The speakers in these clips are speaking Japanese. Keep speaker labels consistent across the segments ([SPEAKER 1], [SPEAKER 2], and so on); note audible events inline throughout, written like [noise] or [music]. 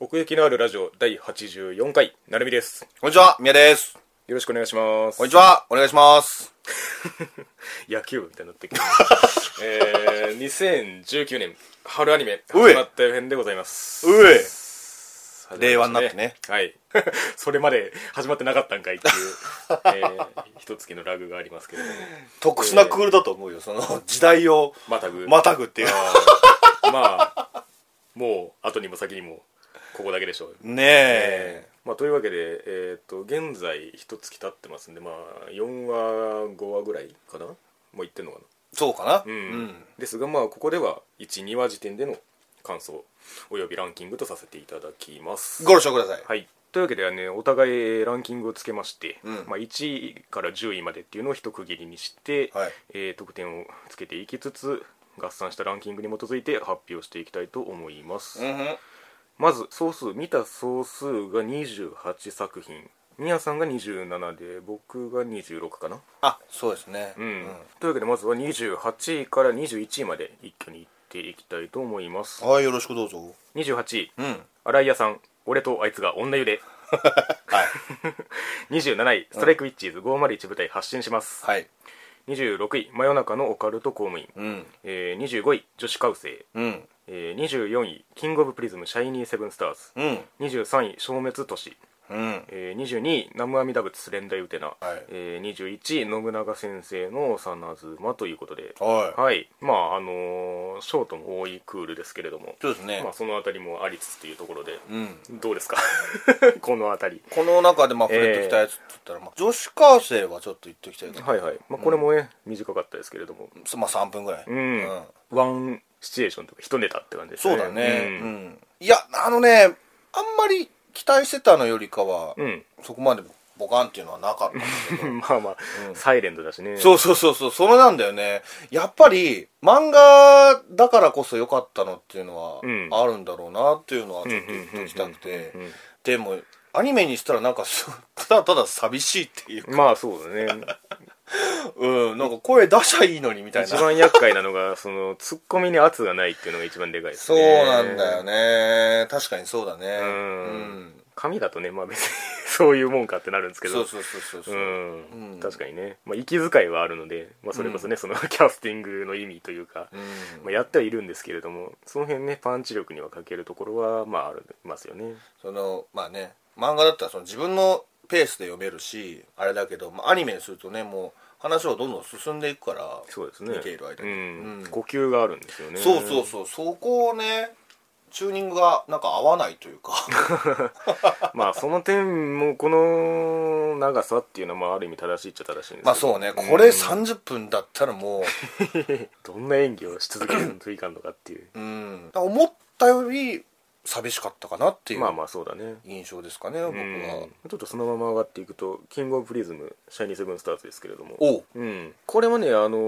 [SPEAKER 1] 奥行きのあるラジオ第84回なるみです
[SPEAKER 2] こんにちは、宮です。
[SPEAKER 1] よろしくお願いします
[SPEAKER 2] こんにちは、お願いします。
[SPEAKER 1] 野球部みたいになってきた [laughs] えー、2019年春アニメ
[SPEAKER 2] うえ
[SPEAKER 1] 始まった編でございます
[SPEAKER 2] うえ
[SPEAKER 1] 始まりました
[SPEAKER 2] 令和になってね
[SPEAKER 1] はい [laughs] それまで始まってなかったんかいっていう、えー、一月のラグがありますけれども
[SPEAKER 2] 特殊なクールだと思うよ、その時代を
[SPEAKER 1] またぐ
[SPEAKER 2] またぐっていう。
[SPEAKER 1] あーまあもう後にも先にもここだけでしょう
[SPEAKER 2] ね
[SPEAKER 1] え
[SPEAKER 2] え。
[SPEAKER 1] ーまあ、というわけで、えー、と現在一月経ってますんで、まあ、4話5話ぐらいかなもういってんのか
[SPEAKER 2] そうかな。
[SPEAKER 1] な、
[SPEAKER 2] う
[SPEAKER 1] うん
[SPEAKER 2] ん。
[SPEAKER 1] ですがまあここでは12話時点での感想およびランキングとさせていただきます
[SPEAKER 2] ご了承ください。
[SPEAKER 1] はいというわけではねお互いランキングをつけまして、
[SPEAKER 2] うん
[SPEAKER 1] まあ、1位から10位までっていうのを一区切りにして、
[SPEAKER 2] はい
[SPEAKER 1] えー得点をつけていきつつ合算したランキングに基づいて発表していきたいと思います、
[SPEAKER 2] うんふん。
[SPEAKER 1] まず総数見た総数が28作品みやさんが27で僕が26かな
[SPEAKER 2] あ、そうですね。
[SPEAKER 1] うん、というわけでまずは28位から21位まで一挙にいっていきたいと思います
[SPEAKER 2] はい、よろしくどうぞ。
[SPEAKER 1] 28位
[SPEAKER 2] うん。
[SPEAKER 1] 新井屋さん俺とあいつが女湯で
[SPEAKER 2] はい。
[SPEAKER 1] 27位ストライクウィッチーズ501部隊発信します、
[SPEAKER 2] はい。
[SPEAKER 1] 26位真夜中のオカルト公務員、
[SPEAKER 2] うん。
[SPEAKER 1] えー25位女子カウセイ、
[SPEAKER 2] うん。
[SPEAKER 1] えー24位キングオブプリズムシャイニーセブンスターズ
[SPEAKER 2] うん。
[SPEAKER 1] 23位消滅都市
[SPEAKER 2] うん。
[SPEAKER 1] えー22位南無阿弥陀仏連大ウテナ、
[SPEAKER 2] はい
[SPEAKER 1] えー21位信長先生の幼妻ということで
[SPEAKER 2] はい。
[SPEAKER 1] はいまああのーショートも多いクールですけれども、
[SPEAKER 2] そうですね
[SPEAKER 1] まあ、。その辺りもありつつというところで、
[SPEAKER 2] うん。
[SPEAKER 1] どうですか [laughs] この辺り
[SPEAKER 2] この中でまあ触れてきたやつって言ったら、まあ、女子高生はちょっと言ってきたいな。
[SPEAKER 1] はいはい、まあ、これもね、短かったですけれども
[SPEAKER 2] まあ3分ぐらい。
[SPEAKER 1] う、
[SPEAKER 2] うん
[SPEAKER 1] ワンシチュエーションとか一ネタって感じですね
[SPEAKER 2] そうだね、
[SPEAKER 1] う
[SPEAKER 2] うんんいやあのねあんまり期待してたのよりかは、
[SPEAKER 1] うん
[SPEAKER 2] そこまでボカンっていうのはなかったんだけ
[SPEAKER 1] まあまあ、サイレントだし [laughs] ね
[SPEAKER 2] どそうそうそうそうそれなんだよねやっぱり漫画だからこそ良かったのっていうのは
[SPEAKER 1] うん
[SPEAKER 2] あるんだろうなっていうのはちょっと言っておきたくてでもアニメにしたらなんかすただただ寂しいっていう
[SPEAKER 1] まあそうだね
[SPEAKER 2] うんなんか声出しゃいいのにみたい
[SPEAKER 1] 一
[SPEAKER 2] な
[SPEAKER 1] 番厄介なのがそのツッコミに圧がないっていうのが一番でかいです
[SPEAKER 2] そう
[SPEAKER 1] ね
[SPEAKER 2] なんだよね確かにそうだね
[SPEAKER 1] う
[SPEAKER 2] うん
[SPEAKER 1] ん紙だとねまあ別に [laughs] そういうもんかってなるんですけど
[SPEAKER 2] そうそうそうそうそううんうん
[SPEAKER 1] 確かにね、まあ、息遣いはあるので、まあ、それこそね、そのキャスティングの意味というか、
[SPEAKER 2] うん
[SPEAKER 1] まあ、やってはいるんですけれどもその辺ねパンチ力には欠けるところはまあありますよね
[SPEAKER 2] そのまあね漫画だったらその自分のペースで読めるしあれだけど、まあ、アニメにするとねもう話はどんどん進んでいくから
[SPEAKER 1] そうですね
[SPEAKER 2] 見ている間
[SPEAKER 1] う
[SPEAKER 2] に、
[SPEAKER 1] ん
[SPEAKER 2] うん
[SPEAKER 1] 呼吸があるんですよね
[SPEAKER 2] そうそうそうそこをねチューニングがなんか合わないという
[SPEAKER 1] [laughs]
[SPEAKER 2] か
[SPEAKER 1] まあその点もこの長さっていうのはまあある意味正しいっちゃ正しいんですけど
[SPEAKER 2] まあそうねこれ
[SPEAKER 1] うん
[SPEAKER 2] 30分だったらも
[SPEAKER 1] どんな演技をし続けるといかんのかっていう
[SPEAKER 2] う、うん、思ったより寂しかったかなっていう
[SPEAKER 1] まあまあそうだね
[SPEAKER 2] 印象ですかね、僕は
[SPEAKER 1] うんちょっとそのまま上がっていくと「キングオブプリズムシャイニーセブンスターズ」ですけれども
[SPEAKER 2] おう
[SPEAKER 1] うん、これもね、あの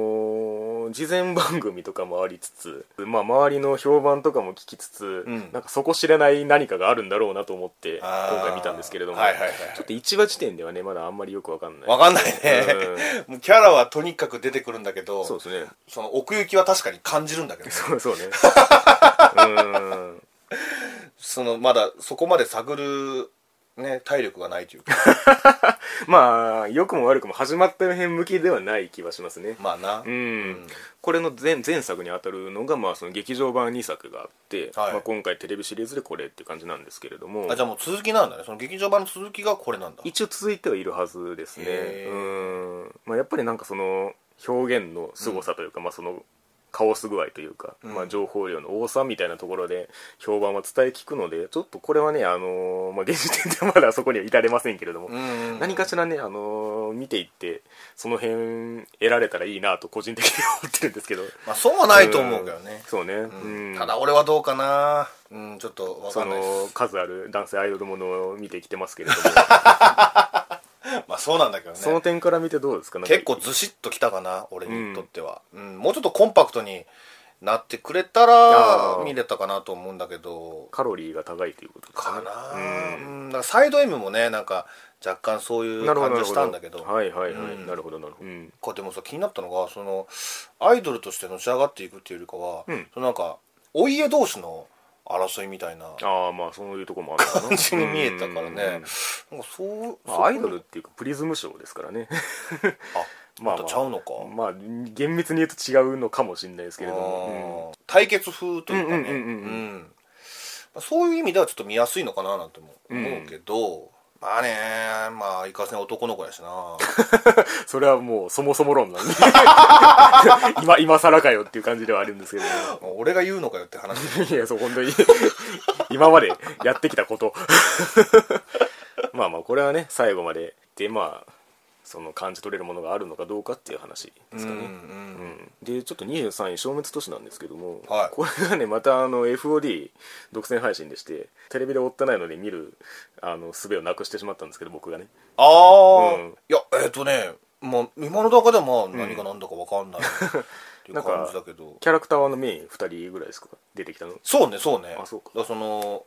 [SPEAKER 1] ー事前番組とかもありつつ、まあ、周りの評判とかも聞きつつ、
[SPEAKER 2] うん
[SPEAKER 1] なんかそこ知らない何かがあるんだろうなと思って
[SPEAKER 2] あー
[SPEAKER 1] 今回見たんですけれども、
[SPEAKER 2] はいはいはい
[SPEAKER 1] ちょっと1話時点ではねまだあんまりよくわかんない
[SPEAKER 2] わかんないね、 [laughs] もうキャラはとにかく出てくるんだけど
[SPEAKER 1] うんそうですね [laughs]
[SPEAKER 2] その奥行きは確かに感じるんだけど
[SPEAKER 1] そうそうねうん
[SPEAKER 2] そのまだそこまで探る、ね、体力がないとい
[SPEAKER 1] [laughs]
[SPEAKER 2] うか
[SPEAKER 1] まあ良くも悪くも始まった辺向きではない気はしますね
[SPEAKER 2] まあな
[SPEAKER 1] うん、これの前前作にあたるのが、まあ、その劇場版2作があって、
[SPEAKER 2] はい
[SPEAKER 1] まあ、今回テレビシリーズでこれって感じなんですけれども
[SPEAKER 2] あじゃあもう続きなんだねその劇場版の続きがこれなんだ
[SPEAKER 1] 一応続いてはいるはずですね
[SPEAKER 2] へ
[SPEAKER 1] う
[SPEAKER 2] ー
[SPEAKER 1] ん、まあ、やっぱりなんかその表現の凄さというか、まあそのカオス具合というか、
[SPEAKER 2] うん
[SPEAKER 1] まあ、情報量の多さみたいなところで評判は伝え聞くのでちょっとこれはね、あのーまあ、現時点ではまだそこには至れませんけれども、
[SPEAKER 2] うん
[SPEAKER 1] 何かしらね、あのー見ていってその辺得られたらいいなと個人的に思ってるんですけど
[SPEAKER 2] まあそうはないと思うけどね
[SPEAKER 1] ん、そうね、
[SPEAKER 2] うん
[SPEAKER 1] うん
[SPEAKER 2] ただ俺はどうかなうんちょっとわ
[SPEAKER 1] そ
[SPEAKER 2] かんないです
[SPEAKER 1] の数ある男性アイドルものを見てきてますけれど
[SPEAKER 2] [laughs]
[SPEAKER 1] も
[SPEAKER 2] まあそうなんだけど
[SPEAKER 1] その
[SPEAKER 2] ね
[SPEAKER 1] 点から見てどうですかなんか
[SPEAKER 2] 結構ずしっときたかな俺にとっては、うんもうちょっとコンパクトになってくれた
[SPEAKER 1] あ
[SPEAKER 2] ら
[SPEAKER 1] ー
[SPEAKER 2] 見れたかなと思うんだけど
[SPEAKER 1] カロリーが高いということです
[SPEAKER 2] か
[SPEAKER 1] ね
[SPEAKER 2] な
[SPEAKER 1] うん
[SPEAKER 2] うんだからサイド M もねなんか若干そういう
[SPEAKER 1] なるほ
[SPEAKER 2] 感
[SPEAKER 1] ど
[SPEAKER 2] じ
[SPEAKER 1] なるほ
[SPEAKER 2] はし
[SPEAKER 1] ど
[SPEAKER 2] たんだけど
[SPEAKER 1] はいはいはい、
[SPEAKER 2] うん
[SPEAKER 1] なるほどなるほど、うん
[SPEAKER 2] かでもさ気になったのがそのアイドルとしてのし上がっていくっていうよりかは、
[SPEAKER 1] うん
[SPEAKER 2] そのなんかお家同士の争いみたいな
[SPEAKER 1] ああまあそういうとこもあるのかな
[SPEAKER 2] 感じに見えたか
[SPEAKER 1] うんうん
[SPEAKER 2] らね
[SPEAKER 1] うん
[SPEAKER 2] なんかそう、
[SPEAKER 1] ま
[SPEAKER 2] そこ
[SPEAKER 1] あ、アイドルっていうかプリズムショーですからね
[SPEAKER 2] あ
[SPEAKER 1] ま
[SPEAKER 2] ま
[SPEAKER 1] あ
[SPEAKER 2] たちゃうのか、
[SPEAKER 1] [laughs] まあ厳密に言うと違うのかもしれないですけれども、
[SPEAKER 2] あー対決風とい
[SPEAKER 1] う
[SPEAKER 2] うかね
[SPEAKER 1] んうんうんうん
[SPEAKER 2] うんまあそういう意味ではちょっと見やすいのかななんても思うけど、まあねまあいかせん男の子やしな
[SPEAKER 1] [laughs] うんそれはもうそもそも論なんで [laughs] 今今更かよっていう感じではあるんですけど
[SPEAKER 2] 俺が言うのかよって話
[SPEAKER 1] いやそう本当に [laughs] 今までやってきたこと [laughs] まあまあこれはね最後まででまあその感じ取れるものがあるのかどうかっていう話ですかね、
[SPEAKER 2] うんうん
[SPEAKER 1] でちょっと23位消滅都市なんですけども、
[SPEAKER 2] はい
[SPEAKER 1] これがねまたあの FOD 独占配信でしてテレビで追ってないので見るあの術をなくしてしまったんですけど僕がね
[SPEAKER 2] ああ、
[SPEAKER 1] うん
[SPEAKER 2] いやえっ、とねまあ今の中ではまあ何が何だか分
[SPEAKER 1] [laughs]
[SPEAKER 2] かんない、っていう感じだけど
[SPEAKER 1] キャラクターはあのメイン2人ぐらいですか出てきたの
[SPEAKER 2] そうねそうね
[SPEAKER 1] あそうか
[SPEAKER 2] だらその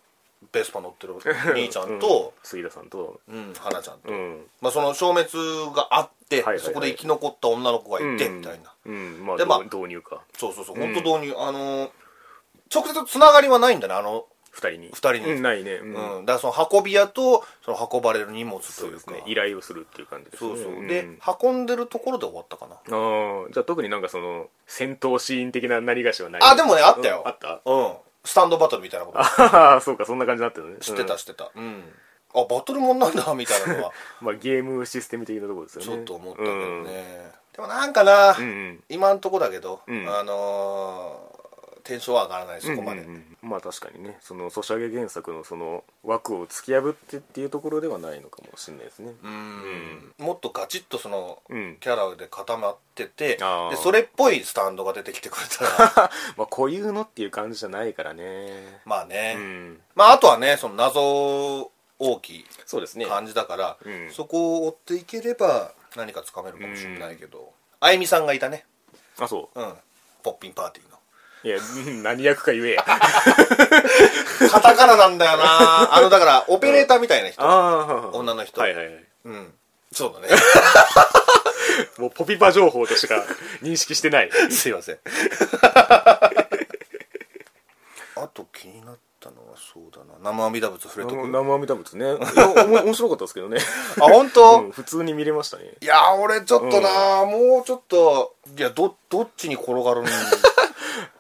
[SPEAKER 2] ベスパ乗っ
[SPEAKER 1] [laughs]
[SPEAKER 2] てる兄ちゃんと、
[SPEAKER 1] うん杉田さんと
[SPEAKER 2] うん、花ちゃんと、
[SPEAKER 1] うん
[SPEAKER 2] まあ、その消滅があって、
[SPEAKER 1] いはいはい
[SPEAKER 2] そこで生き残った女の子がいてみたいな、
[SPEAKER 1] うん、うんまあ
[SPEAKER 2] でまあ
[SPEAKER 1] 導導入か
[SPEAKER 2] そうそうそう、本当導入あのー直接つながりはないんだねあの、
[SPEAKER 1] 2人に2
[SPEAKER 2] 人に
[SPEAKER 1] うん、ないね、う
[SPEAKER 2] うんんだからその運び屋とその運ばれる荷物と
[SPEAKER 1] そ
[SPEAKER 2] いうう
[SPEAKER 1] で
[SPEAKER 2] か
[SPEAKER 1] すね依頼をするっていう感じです、ね、
[SPEAKER 2] そうそう、
[SPEAKER 1] ん
[SPEAKER 2] で運んでるところで終わったかな
[SPEAKER 1] あーじゃあ特になんかその戦闘シーン的な何がしはない
[SPEAKER 2] あでもねあったよ
[SPEAKER 1] うんあった
[SPEAKER 2] うんスタンドバトルみたいなこと
[SPEAKER 1] ああそうかそんな感じになってるね
[SPEAKER 2] 知ってた
[SPEAKER 1] うん
[SPEAKER 2] 知ってたうん、あバトルもんなんだみ [laughs] たいなのは
[SPEAKER 1] まあ、ゲームシステム的なところですよね
[SPEAKER 2] ちょっと思ったけどね、でもなんか
[SPEAKER 1] う
[SPEAKER 2] な、
[SPEAKER 1] ん、うんうん
[SPEAKER 2] 今んとこだけど、
[SPEAKER 1] うん
[SPEAKER 2] あのーテンションは上がらないそこまで、
[SPEAKER 1] うんうんうんまあ確かにねそのソシャゲ原作のその枠を突き破ってっていうところではないのかもしれないですね
[SPEAKER 2] うんもっとガチッとその
[SPEAKER 1] うん、
[SPEAKER 2] キャラで固まってて、
[SPEAKER 1] あー
[SPEAKER 2] でそれっぽいスタンドが出てきてくれた
[SPEAKER 1] [laughs]
[SPEAKER 2] ら
[SPEAKER 1] まあ固有のっていう感じじゃないからね
[SPEAKER 2] まあね、
[SPEAKER 1] うん
[SPEAKER 2] まああとはねその謎大きい
[SPEAKER 1] そうですね
[SPEAKER 2] 感じだから、
[SPEAKER 1] うん
[SPEAKER 2] そこを追っていければ何かつかめるかもしれないけど、あゆみさんがいたね
[SPEAKER 1] あそ
[SPEAKER 2] うんポッピンパーティーの
[SPEAKER 1] ういやうん何役か言
[SPEAKER 2] [laughs]
[SPEAKER 1] えや
[SPEAKER 2] カタカナなんだよ [laughs] なあのだからオペレーターみたいな人、
[SPEAKER 1] あ
[SPEAKER 2] 女の人
[SPEAKER 1] はいはいはい
[SPEAKER 2] うんそうだね
[SPEAKER 1] もうポピパ情報とし
[SPEAKER 2] [laughs]
[SPEAKER 1] か認識してない
[SPEAKER 2] すいません [laughs] あと気になったのはそうだな生阿弥陀仏触れとくあ
[SPEAKER 1] 生阿弥陀
[SPEAKER 2] [laughs]
[SPEAKER 1] 仏ねいやおも面白かったですけどね、
[SPEAKER 2] 本当、
[SPEAKER 1] うん普通に見れましたね
[SPEAKER 2] いやー俺ちょっとなー、もうちょっといやどどっちに転 [laughs] がるの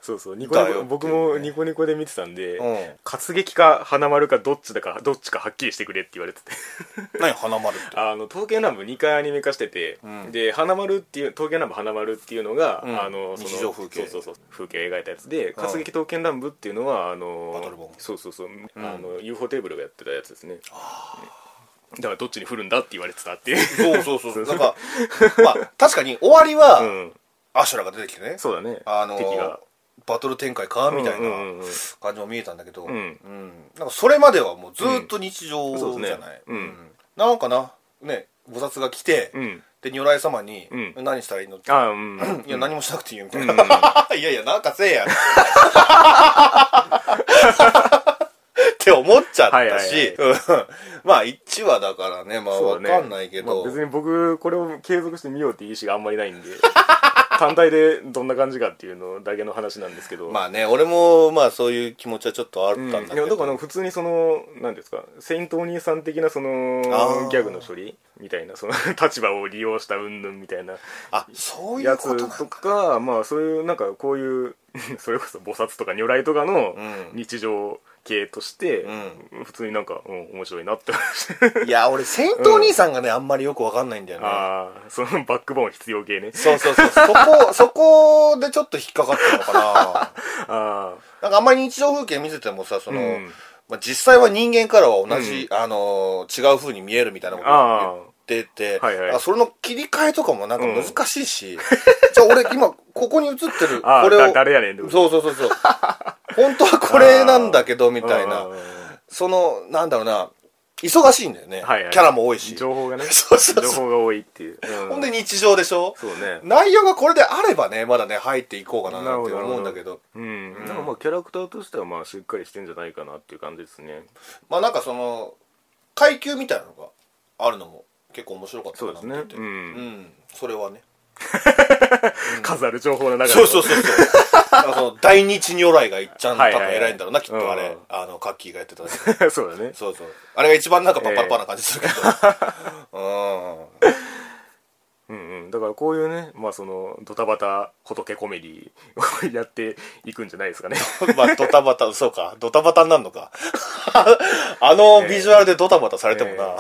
[SPEAKER 1] そうそうニコニ
[SPEAKER 2] だよっ
[SPEAKER 1] コ、
[SPEAKER 2] ていうね
[SPEAKER 1] 僕もニコニコで見てたんで、
[SPEAKER 2] うん
[SPEAKER 1] 活劇か花丸かどっちだかどっちかはっきりしてくれって言われてて
[SPEAKER 2] 何花丸って
[SPEAKER 1] あの東京南部2回アニメ化してて、
[SPEAKER 2] うん
[SPEAKER 1] で花丸っていう東京南部花丸っていうのが、
[SPEAKER 2] うん
[SPEAKER 1] あのその
[SPEAKER 2] 日常風景
[SPEAKER 1] そうそうそう風景描いたやつで活劇東京南部っていうのはあの
[SPEAKER 2] バトルボン
[SPEAKER 1] そうそうそう、あの UFO テーブルがやってたやつですねだからどっちに振るんだって言われてたっていう
[SPEAKER 2] そうそうそうなんかまあ確かに終わりは、
[SPEAKER 1] うん
[SPEAKER 2] アシュラが出てきてね
[SPEAKER 1] そうだね、
[SPEAKER 2] あのー
[SPEAKER 1] 敵が
[SPEAKER 2] バトル展開かみたいな
[SPEAKER 1] うんうんうんうん
[SPEAKER 2] 感じも見えたんだけど、
[SPEAKER 1] ん
[SPEAKER 2] なんかそれまではもうずっと日常じゃない、
[SPEAKER 1] そうですねうん
[SPEAKER 2] なんかなね菩薩が来て、
[SPEAKER 1] うん
[SPEAKER 2] で如来様に、
[SPEAKER 1] うん
[SPEAKER 2] 何したらいいの?」
[SPEAKER 1] あーうん
[SPEAKER 2] いや、何もしなくていいよ、みたいな。 [laughs] いやいや、なんかせえや。って思っちゃっ
[SPEAKER 1] はい
[SPEAKER 2] た
[SPEAKER 1] はいはい
[SPEAKER 2] し、うんまあ、1話だからね、まあ、
[SPEAKER 1] そ
[SPEAKER 2] わ
[SPEAKER 1] うだね
[SPEAKER 2] かんないけ
[SPEAKER 1] まあ
[SPEAKER 2] ど、
[SPEAKER 1] 別に僕これを継続してみようっていう意思があんまりないんで単体でどんな感じかっていうのだけの話なんですけど
[SPEAKER 2] まあね、俺も、まあ、そういう気持ちはちょっとあった
[SPEAKER 1] うんん、い
[SPEAKER 2] だ
[SPEAKER 1] や
[SPEAKER 2] け
[SPEAKER 1] だ
[SPEAKER 2] ど。
[SPEAKER 1] から普通にその何ですかセイントお兄さん的なその
[SPEAKER 2] あー
[SPEAKER 1] ギャグの処理みたいなその [laughs] 立場を利用した云々みたいな
[SPEAKER 2] あ、そういう
[SPEAKER 1] や
[SPEAKER 2] こと
[SPEAKER 1] つ
[SPEAKER 2] な
[SPEAKER 1] と
[SPEAKER 2] の
[SPEAKER 1] かまあそういうなんかこういう [laughs] それこそ菩薩とか如来とかの
[SPEAKER 2] うん
[SPEAKER 1] 日常系として、
[SPEAKER 2] う
[SPEAKER 1] 普通になんか、うん、面白いなって思いました
[SPEAKER 2] いや、俺、戦闘兄さんがね、あんまりよくわかんないんだよ
[SPEAKER 1] [laughs]
[SPEAKER 2] ね。
[SPEAKER 1] ああそのバックボーン必要系ね
[SPEAKER 2] そうそ
[SPEAKER 1] [laughs]
[SPEAKER 2] うそう。そこ、そこでちょっと引っかかったのか
[SPEAKER 1] [laughs]
[SPEAKER 2] な。
[SPEAKER 1] ああ
[SPEAKER 2] なんかあんまり日常風景見せてもさ、その、
[SPEAKER 1] うん
[SPEAKER 2] まあ、実際は人間からは同じ、あのー違う風に見えるみたいなことを言ってて、
[SPEAKER 1] あーはいはい
[SPEAKER 2] だからそれの切り替えとかもなんか難しい
[SPEAKER 1] [laughs]
[SPEAKER 2] し、じゃあ俺今ここに映ってる、
[SPEAKER 1] あ
[SPEAKER 2] こ
[SPEAKER 1] あ
[SPEAKER 2] れ
[SPEAKER 1] だ
[SPEAKER 2] を、
[SPEAKER 1] 誰やねんってこと
[SPEAKER 2] そうそうそうそう、本当はこれなんだけどみ
[SPEAKER 1] み
[SPEAKER 2] たいな、その、なんだろうな、忙しいんだよね、
[SPEAKER 1] はいはい
[SPEAKER 2] キャラも多いし。
[SPEAKER 1] 情報がね
[SPEAKER 2] [laughs] そうそうそう
[SPEAKER 1] 情報が多いっていう、うん
[SPEAKER 2] ほんで日常でしょ
[SPEAKER 1] そうね
[SPEAKER 2] 内容がこれであればね、まだね、入っていこうかななんて思うんだけど、
[SPEAKER 1] うん、なんかまあキャラクターとしてはまあしっかりしてんじゃないかなっていう感じですね
[SPEAKER 2] まあなんかその階級みたいなのがあるのも結構面白かった
[SPEAKER 1] そうですね
[SPEAKER 2] なって
[SPEAKER 1] う
[SPEAKER 2] うん
[SPEAKER 1] ん、
[SPEAKER 2] それはね
[SPEAKER 1] 飾る情報の中で
[SPEAKER 2] そうそうそうそうなんかその大日如来がいっちゃん多
[SPEAKER 1] はいはい
[SPEAKER 2] 分
[SPEAKER 1] はい
[SPEAKER 2] 偉いんだろうなきっとあ
[SPEAKER 1] うんう
[SPEAKER 2] れ
[SPEAKER 1] ん
[SPEAKER 2] あのカッキーがやってた
[SPEAKER 1] [laughs]
[SPEAKER 2] 時
[SPEAKER 1] そうだね
[SPEAKER 2] そうそうあれが一番なんかパッパラパラな感じするけどうん
[SPEAKER 1] うんうんだからこういうねまあそのドタバタ仏コメディを [laughs] やっていくんじゃないですかね [laughs]
[SPEAKER 2] まあドタバタそうかドタバタになるのかあのビジュアルでドタバタされてもな、
[SPEAKER 1] えま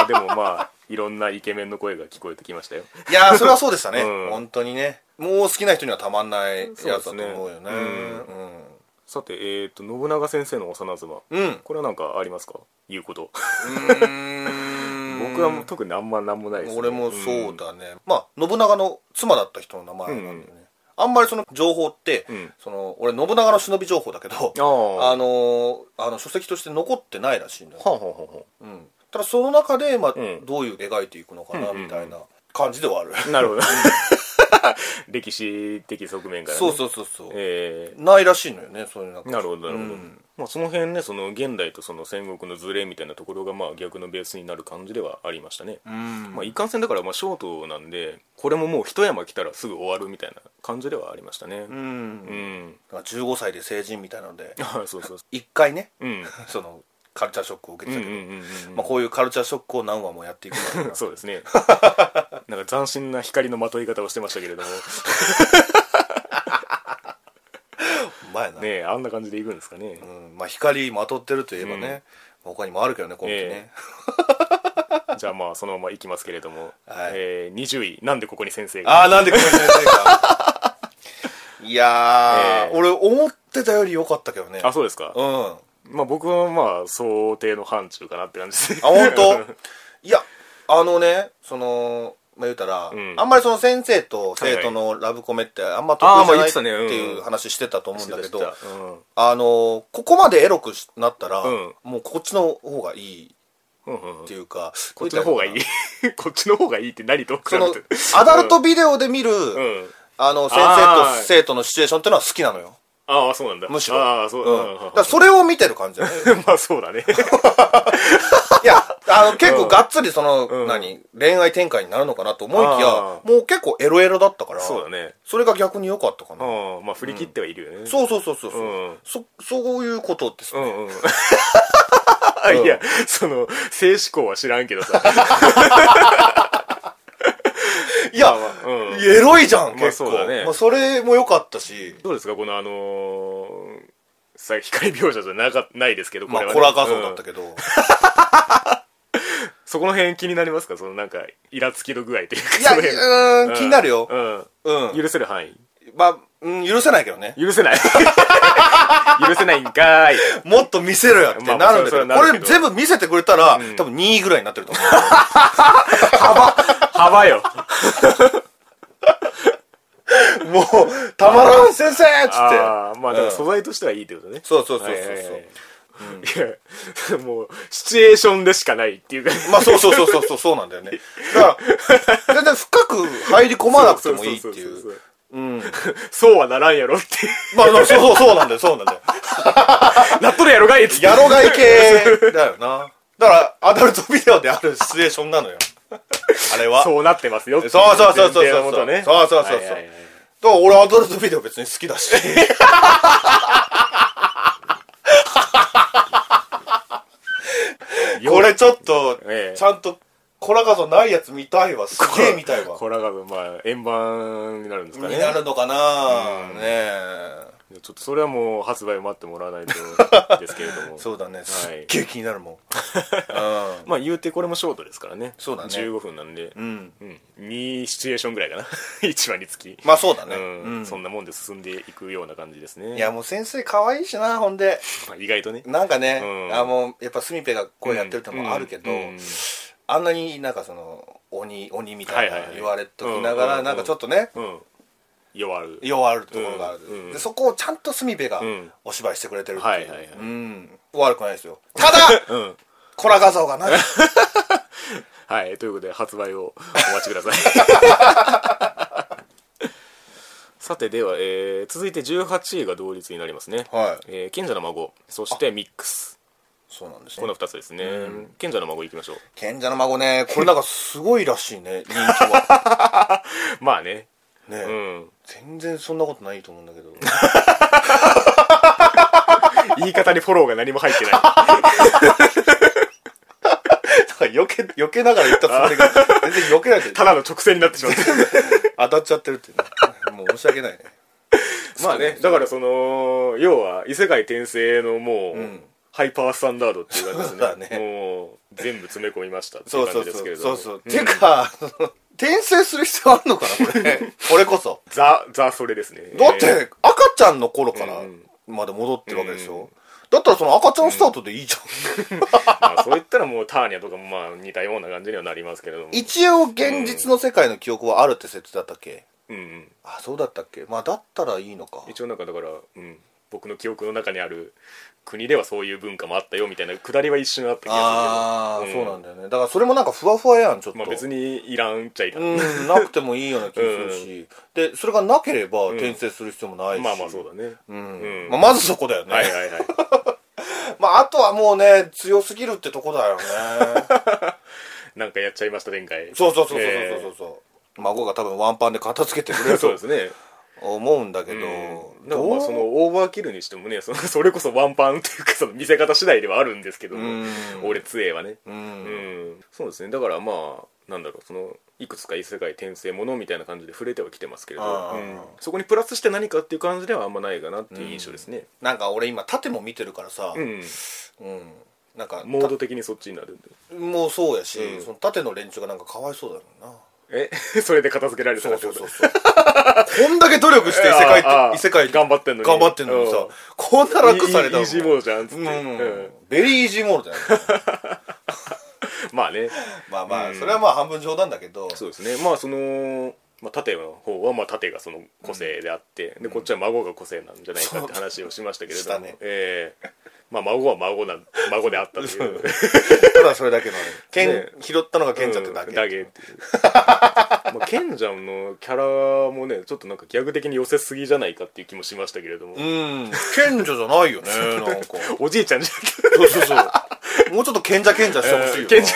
[SPEAKER 1] あでもまあいろんなイケメンの声が聞こえてきましたよ [laughs]
[SPEAKER 2] いやーそれはそうでしたね、
[SPEAKER 1] うん
[SPEAKER 2] 本当にねもう好きな人にはたまんないやつだと
[SPEAKER 1] そう
[SPEAKER 2] 思う
[SPEAKER 1] ですね
[SPEAKER 2] よね
[SPEAKER 1] う
[SPEAKER 2] う
[SPEAKER 1] さてえっ、と信長先生の幼妻
[SPEAKER 2] んうん、
[SPEAKER 1] これはなんかありますか言うこと
[SPEAKER 2] うん
[SPEAKER 1] 僕はもう特にあんまなんもないです、ね、
[SPEAKER 2] 俺もそう
[SPEAKER 1] だ
[SPEAKER 2] だね、まあ信長の妻だった人の名前なんだよね、あんまりその情報って、
[SPEAKER 1] うん
[SPEAKER 2] その俺信長の忍び情報だけど
[SPEAKER 1] ああ
[SPEAKER 2] あのーあの書籍として残ってないらしいんだよ、
[SPEAKER 1] はんはんはんは
[SPEAKER 2] うん、ただその中で、まあ
[SPEAKER 1] うん
[SPEAKER 2] どういう描いていくのかな
[SPEAKER 1] うんうんうん
[SPEAKER 2] みたいな感じではある、
[SPEAKER 1] んなるほど [laughs] 歴史的側面から、ね、
[SPEAKER 2] そうそうそうそう、
[SPEAKER 1] え
[SPEAKER 2] ないらしいのよねそういうなん
[SPEAKER 1] ー
[SPEAKER 2] か
[SPEAKER 1] なるほどなるほど、
[SPEAKER 2] うん
[SPEAKER 1] まあ、その辺ねその現代とその戦国のズレみたいなところがまあ逆のベースになる感じではありましたね、
[SPEAKER 2] うん
[SPEAKER 1] まあ、いかんせんだからまあショートなんでこれももう一山来たらすぐ終わるみたいな感じではありましたね
[SPEAKER 2] う、
[SPEAKER 1] うんん、 [laughs]
[SPEAKER 2] だから15歳で成人みたいなので
[SPEAKER 1] ああそうそうそ
[SPEAKER 2] 一回ね
[SPEAKER 1] ううん
[SPEAKER 2] そのカルチャーショックを受け
[SPEAKER 1] うん
[SPEAKER 2] て
[SPEAKER 1] うん
[SPEAKER 2] たけ
[SPEAKER 1] う
[SPEAKER 2] ど、
[SPEAKER 1] んうん
[SPEAKER 2] まあ、こういうカルチャーショックを何話もやっていくんだろうな
[SPEAKER 1] そうですね [laughs] なんか斬新な光のまとい方をしてましたけ [laughs] れども
[SPEAKER 2] うまいな、
[SPEAKER 1] ねえあんな感じでいくんですかね、
[SPEAKER 2] うんまあ、光まとってるといえばね、他にもあるけどね今期ね、
[SPEAKER 1] じゃあまあそのままいきますけれども、
[SPEAKER 2] はい
[SPEAKER 1] えー20位なんでここに先生が
[SPEAKER 2] ああなんでこれ先生かいやー、
[SPEAKER 1] ええ
[SPEAKER 2] 俺思ってたより良かったけどね
[SPEAKER 1] あそうですか
[SPEAKER 2] うんあ
[SPEAKER 1] まあ僕はまあ想定の範疇かなって感じです
[SPEAKER 2] 本
[SPEAKER 1] [laughs]
[SPEAKER 2] 当いやあのねそのまあ言うたら、
[SPEAKER 1] ん
[SPEAKER 2] あんまりその先生と生徒のラブコメってあんま得
[SPEAKER 1] あー
[SPEAKER 2] 意じ
[SPEAKER 1] まあ言
[SPEAKER 2] ゃな
[SPEAKER 1] っ
[SPEAKER 2] いって
[SPEAKER 1] たねうん
[SPEAKER 2] ていう話してたと思うんだけど、
[SPEAKER 1] うん
[SPEAKER 2] あのここまでエロくしなったら、
[SPEAKER 1] うん
[SPEAKER 2] もうこっちの方がいい
[SPEAKER 1] うんうんうん
[SPEAKER 2] っていうか、
[SPEAKER 1] こっちの方がいい [laughs] こっちの方がいいって何と比 [laughs]
[SPEAKER 2] そ
[SPEAKER 1] べ
[SPEAKER 2] の
[SPEAKER 1] て
[SPEAKER 2] アダルトビデオで見る、
[SPEAKER 1] うん
[SPEAKER 2] あの先
[SPEAKER 1] あ
[SPEAKER 2] 生
[SPEAKER 1] ー
[SPEAKER 2] と生徒のシチュエーションっていうのは好きなのよ
[SPEAKER 1] ああそうなんだ
[SPEAKER 2] むしろ
[SPEAKER 1] ああそう、
[SPEAKER 2] うん
[SPEAKER 1] うんうんうん
[SPEAKER 2] だからそれを見てる感じ
[SPEAKER 1] [laughs]
[SPEAKER 2] だね
[SPEAKER 1] まあそうだね
[SPEAKER 2] いやあの結構がっつりその、
[SPEAKER 1] ん
[SPEAKER 2] 何恋愛展開になるのかなと思いきや
[SPEAKER 1] あ
[SPEAKER 2] もう結構エロエロだったから
[SPEAKER 1] そうだ [laughs] ね
[SPEAKER 2] それが逆に良かったかな、
[SPEAKER 1] あまあ振り切ってはいるよね、うん、
[SPEAKER 2] そうそうそうそう、
[SPEAKER 1] うん
[SPEAKER 2] そそういうことです
[SPEAKER 1] う
[SPEAKER 2] ね、
[SPEAKER 1] んうん [laughs] いやその性思考は知らんけど [laughs] さ
[SPEAKER 2] いや、
[SPEAKER 1] うん
[SPEAKER 2] エロいじゃん
[SPEAKER 1] まあ
[SPEAKER 2] 結
[SPEAKER 1] そ
[SPEAKER 2] 構、
[SPEAKER 1] うだね
[SPEAKER 2] まあそれも良かったし
[SPEAKER 1] どうですかこのあのー、さ光描写じゃなかないですけどこ
[SPEAKER 2] まあ
[SPEAKER 1] れは、ね
[SPEAKER 2] コラ画像だった
[SPEAKER 1] ど、
[SPEAKER 2] けど、
[SPEAKER 1] うんそこの辺気になりますかそのなんかイラつきの具合というか
[SPEAKER 2] いや、
[SPEAKER 1] その辺
[SPEAKER 2] うーん、気になるよ。
[SPEAKER 1] う
[SPEAKER 2] うん
[SPEAKER 1] ん。許せる範囲
[SPEAKER 2] まあ、うん、許せないけどね。
[SPEAKER 1] 許せない [laughs] 許せないんかーい
[SPEAKER 2] もっと見せろよってなるんだけど、
[SPEAKER 1] まあそれはな
[SPEAKER 2] これ
[SPEAKER 1] るけど
[SPEAKER 2] 全部見せてくれたら、多分2位ぐらいになってると思
[SPEAKER 1] [laughs]
[SPEAKER 2] う。
[SPEAKER 1] 幅よ
[SPEAKER 2] もう、たまらん先生っつって。
[SPEAKER 1] ああまあでも素材としてはいいってことね、
[SPEAKER 2] そうそうそうそう
[SPEAKER 1] はいはいはい
[SPEAKER 2] そう。
[SPEAKER 1] いやもうシチュエーションでしかないっていうか
[SPEAKER 2] まあそうそうそうそうそうそうなんだよね。だから、全然深く入り込まなくてもいいって
[SPEAKER 1] そ
[SPEAKER 2] い。
[SPEAKER 1] うそううそう
[SPEAKER 2] うん。
[SPEAKER 1] そうそうはならんやろって [laughs] いう
[SPEAKER 2] まあそうそうそうなんだよ、そうなんだよ。
[SPEAKER 1] なっとるやろがいっつって
[SPEAKER 2] やろがい系だよな。だから、アダルトビデオであるシチュエーションなのよ。あれは。
[SPEAKER 1] そうなってますよってい
[SPEAKER 2] そうそうそうそうそう
[SPEAKER 1] 前提のもとね
[SPEAKER 2] そうそうそうそう
[SPEAKER 1] はいはいはい
[SPEAKER 2] だから俺アダルトビデオ別に好きだし。これちょっと
[SPEAKER 1] ええ、
[SPEAKER 2] ちゃんと、コラ画像ないやつ見たいわ。すげえ見たいわ。
[SPEAKER 1] これがまあ円盤になるんですかね
[SPEAKER 2] になるのかなねえ。
[SPEAKER 1] いやちょっとそれはもう発売を待ってもらわないとですけれども
[SPEAKER 2] [laughs] そうだね。すっげえ気になるもん。うん
[SPEAKER 1] まあ言うてこれもショートですからね
[SPEAKER 2] そうだね
[SPEAKER 1] 15分なんで
[SPEAKER 2] [laughs] うん。
[SPEAKER 1] うん、2シチュエーションぐらいかな1 [laughs] 話につき
[SPEAKER 2] まあそうだね。
[SPEAKER 1] う
[SPEAKER 2] うんん
[SPEAKER 1] そんなもんで進んでいくような感じですね
[SPEAKER 2] いやもう先生可愛いしな、ほんで。
[SPEAKER 1] まあ意外とね
[SPEAKER 2] なんかね
[SPEAKER 1] う、ん
[SPEAKER 2] あもうやっぱスミペが声やってるともあるけど
[SPEAKER 1] うんうんうん、
[SPEAKER 2] あんなになんかその、鬼、鬼みたい
[SPEAKER 1] はいはい
[SPEAKER 2] な
[SPEAKER 1] はい
[SPEAKER 2] 言われときなが
[SPEAKER 1] うんうんう
[SPEAKER 2] ら、
[SPEAKER 1] ん
[SPEAKER 2] なんかちょっとね、
[SPEAKER 1] うん弱る
[SPEAKER 2] 弱るところがある、
[SPEAKER 1] うんうん
[SPEAKER 2] でそこをちゃんとスミベが
[SPEAKER 1] ん
[SPEAKER 2] お芝居してくれてるってう
[SPEAKER 1] はいはいはい
[SPEAKER 2] うん悪くないですよただ
[SPEAKER 1] うん
[SPEAKER 2] コラ画像がな
[SPEAKER 1] はいということで発売をお待ちく
[SPEAKER 2] [laughs]
[SPEAKER 1] ださいさてでは、えー続いて18位が同率になりますね、
[SPEAKER 2] はい
[SPEAKER 1] えー賢者の孫そしてミックス
[SPEAKER 2] そうなんです
[SPEAKER 1] この
[SPEAKER 2] ね
[SPEAKER 1] 2つですね、賢者の孫いきましょう
[SPEAKER 2] 賢者の
[SPEAKER 1] [laughs]
[SPEAKER 2] 孫ねこれなんかすごいらしいね人気は
[SPEAKER 1] まあね
[SPEAKER 2] ね、
[SPEAKER 1] うん
[SPEAKER 2] 全然そんなことないと思うんだけど
[SPEAKER 1] 言い方にフォローが何も入って
[SPEAKER 2] [laughs]
[SPEAKER 1] ない
[SPEAKER 2] 避け避けながら言ったつもりが全然避けないで
[SPEAKER 1] ただの直線になって
[SPEAKER 2] [laughs]
[SPEAKER 1] しまって
[SPEAKER 2] 当たっちゃってるっていう
[SPEAKER 1] [laughs]
[SPEAKER 2] ねもう申し訳ないね
[SPEAKER 1] まあねだからその要は異世界転生のもう、
[SPEAKER 2] うん
[SPEAKER 1] ハイパースタンダードっていう感じ
[SPEAKER 2] そう
[SPEAKER 1] で
[SPEAKER 2] だ
[SPEAKER 1] すね
[SPEAKER 2] ね
[SPEAKER 1] もう全部詰め込みましたってい
[SPEAKER 2] そううそ
[SPEAKER 1] 感
[SPEAKER 2] う
[SPEAKER 1] じで
[SPEAKER 2] そ
[SPEAKER 1] すけれ
[SPEAKER 2] う
[SPEAKER 1] ど
[SPEAKER 2] そ
[SPEAKER 1] も
[SPEAKER 2] うそう、っていうかその転生する必要あるのかなこ
[SPEAKER 1] [laughs]
[SPEAKER 2] れこれこそ
[SPEAKER 1] ザザそれですね
[SPEAKER 2] だって、赤ちゃんの頃から
[SPEAKER 1] うん
[SPEAKER 2] まで戻ってるわけでしょ、だったらその赤ちゃんスタートでいいじゃん、
[SPEAKER 1] まあ、そういったらもうターニャとかもまあ似たような感じにはなりますけれども
[SPEAKER 2] 一応現実の世界の記憶はあるって説だったっけ
[SPEAKER 1] うんうん、
[SPEAKER 2] あそうだったっけまあだったらいいのか
[SPEAKER 1] 一応なんかだから、うん、僕の記憶の中にある国ではそういう文化もあったよみたいなくだりは一瞬あった気が
[SPEAKER 2] ああ、
[SPEAKER 1] するけど
[SPEAKER 2] そうなんだよねだからそれもなんかふわふわやんちょっと、
[SPEAKER 1] まあ、別にいらんっちゃいらん、
[SPEAKER 2] うんなくてもいいような気がするし、でそれがなければ転生する必要もないし、
[SPEAKER 1] まあまあそうだね、
[SPEAKER 2] うん
[SPEAKER 1] うん
[SPEAKER 2] まあ、まずそこだよね、
[SPEAKER 1] はいはいはい
[SPEAKER 2] まああとはもうね強すぎるってとこだ
[SPEAKER 1] [laughs]
[SPEAKER 2] よね
[SPEAKER 1] なんかやっちゃいました前回
[SPEAKER 2] そうそうそうそう
[SPEAKER 1] え
[SPEAKER 2] そうそうそう、孫が多分ワンパンで片付けてくれ
[SPEAKER 1] ー [laughs]
[SPEAKER 2] る
[SPEAKER 1] そう
[SPEAKER 2] と
[SPEAKER 1] ですね
[SPEAKER 2] 思うんだけど、
[SPEAKER 1] うん、で
[SPEAKER 2] どう
[SPEAKER 1] もまあそのオーバーキルにしてもねそのそれこそワンパンっていうかその見せ方次第ではあるんですけど、
[SPEAKER 2] うん
[SPEAKER 1] 俺杖はね、
[SPEAKER 2] う
[SPEAKER 1] うんん、そうですねだからまあなんだろうそのいくつか異世界転生ものみたいな感じで触れてはきてますけれど、
[SPEAKER 2] ああ
[SPEAKER 1] うんそこにプラスして何かっていう感じではあんまないかなっていう印象ですね、
[SPEAKER 2] なんか俺今盾も見てるからさ、
[SPEAKER 1] うん
[SPEAKER 2] うんなんか
[SPEAKER 1] モード的にそっちになるんで
[SPEAKER 2] たもうそうやし、
[SPEAKER 1] うん
[SPEAKER 2] その盾の連中がなんかかわいそうだろうな
[SPEAKER 1] え [laughs] それで片付けられた
[SPEAKER 2] そ
[SPEAKER 1] ら
[SPEAKER 2] う
[SPEAKER 1] って
[SPEAKER 2] そ
[SPEAKER 1] こと
[SPEAKER 2] うそうそうこんだけ努力して異世界って
[SPEAKER 1] ああああ
[SPEAKER 2] 異世界
[SPEAKER 1] 頑張ってんのに
[SPEAKER 2] 頑張ってんのに
[SPEAKER 1] う
[SPEAKER 2] さ
[SPEAKER 1] ん
[SPEAKER 2] こんな楽された
[SPEAKER 1] イ
[SPEAKER 2] ら
[SPEAKER 1] イイージーモードじゃんっつって、
[SPEAKER 2] うん
[SPEAKER 1] うん
[SPEAKER 2] ベリーイージーモードだ [laughs] よね
[SPEAKER 1] まあね
[SPEAKER 2] まあま
[SPEAKER 1] う
[SPEAKER 2] あ
[SPEAKER 1] ん
[SPEAKER 2] それはまあ半分冗談だけど
[SPEAKER 1] そうですねまあその、まあ、盾の方はまあ盾がその個性であって、でこっちは孫が個性なんじゃないかって話をしましたけれども、
[SPEAKER 2] そうしたね
[SPEAKER 1] ええまあ孫は孫な孫であったという
[SPEAKER 2] ただそれだけの剣、
[SPEAKER 1] ね
[SPEAKER 2] 拾ったのが剣ちゃんってだ
[SPEAKER 1] う
[SPEAKER 2] け
[SPEAKER 1] んだけっていうまあ賢者のキャラもねちょっとなんかギャグ的に寄せすぎじゃないかっていう気もしましたけれども、
[SPEAKER 2] うん賢者じゃないよね [laughs] なんか
[SPEAKER 1] おじいちゃんじ
[SPEAKER 2] そうそうそうもうちょっと賢者賢者し
[SPEAKER 1] ゃ
[SPEAKER 2] て
[SPEAKER 1] な
[SPEAKER 2] ほ
[SPEAKER 1] い
[SPEAKER 2] しいよな、
[SPEAKER 1] 賢者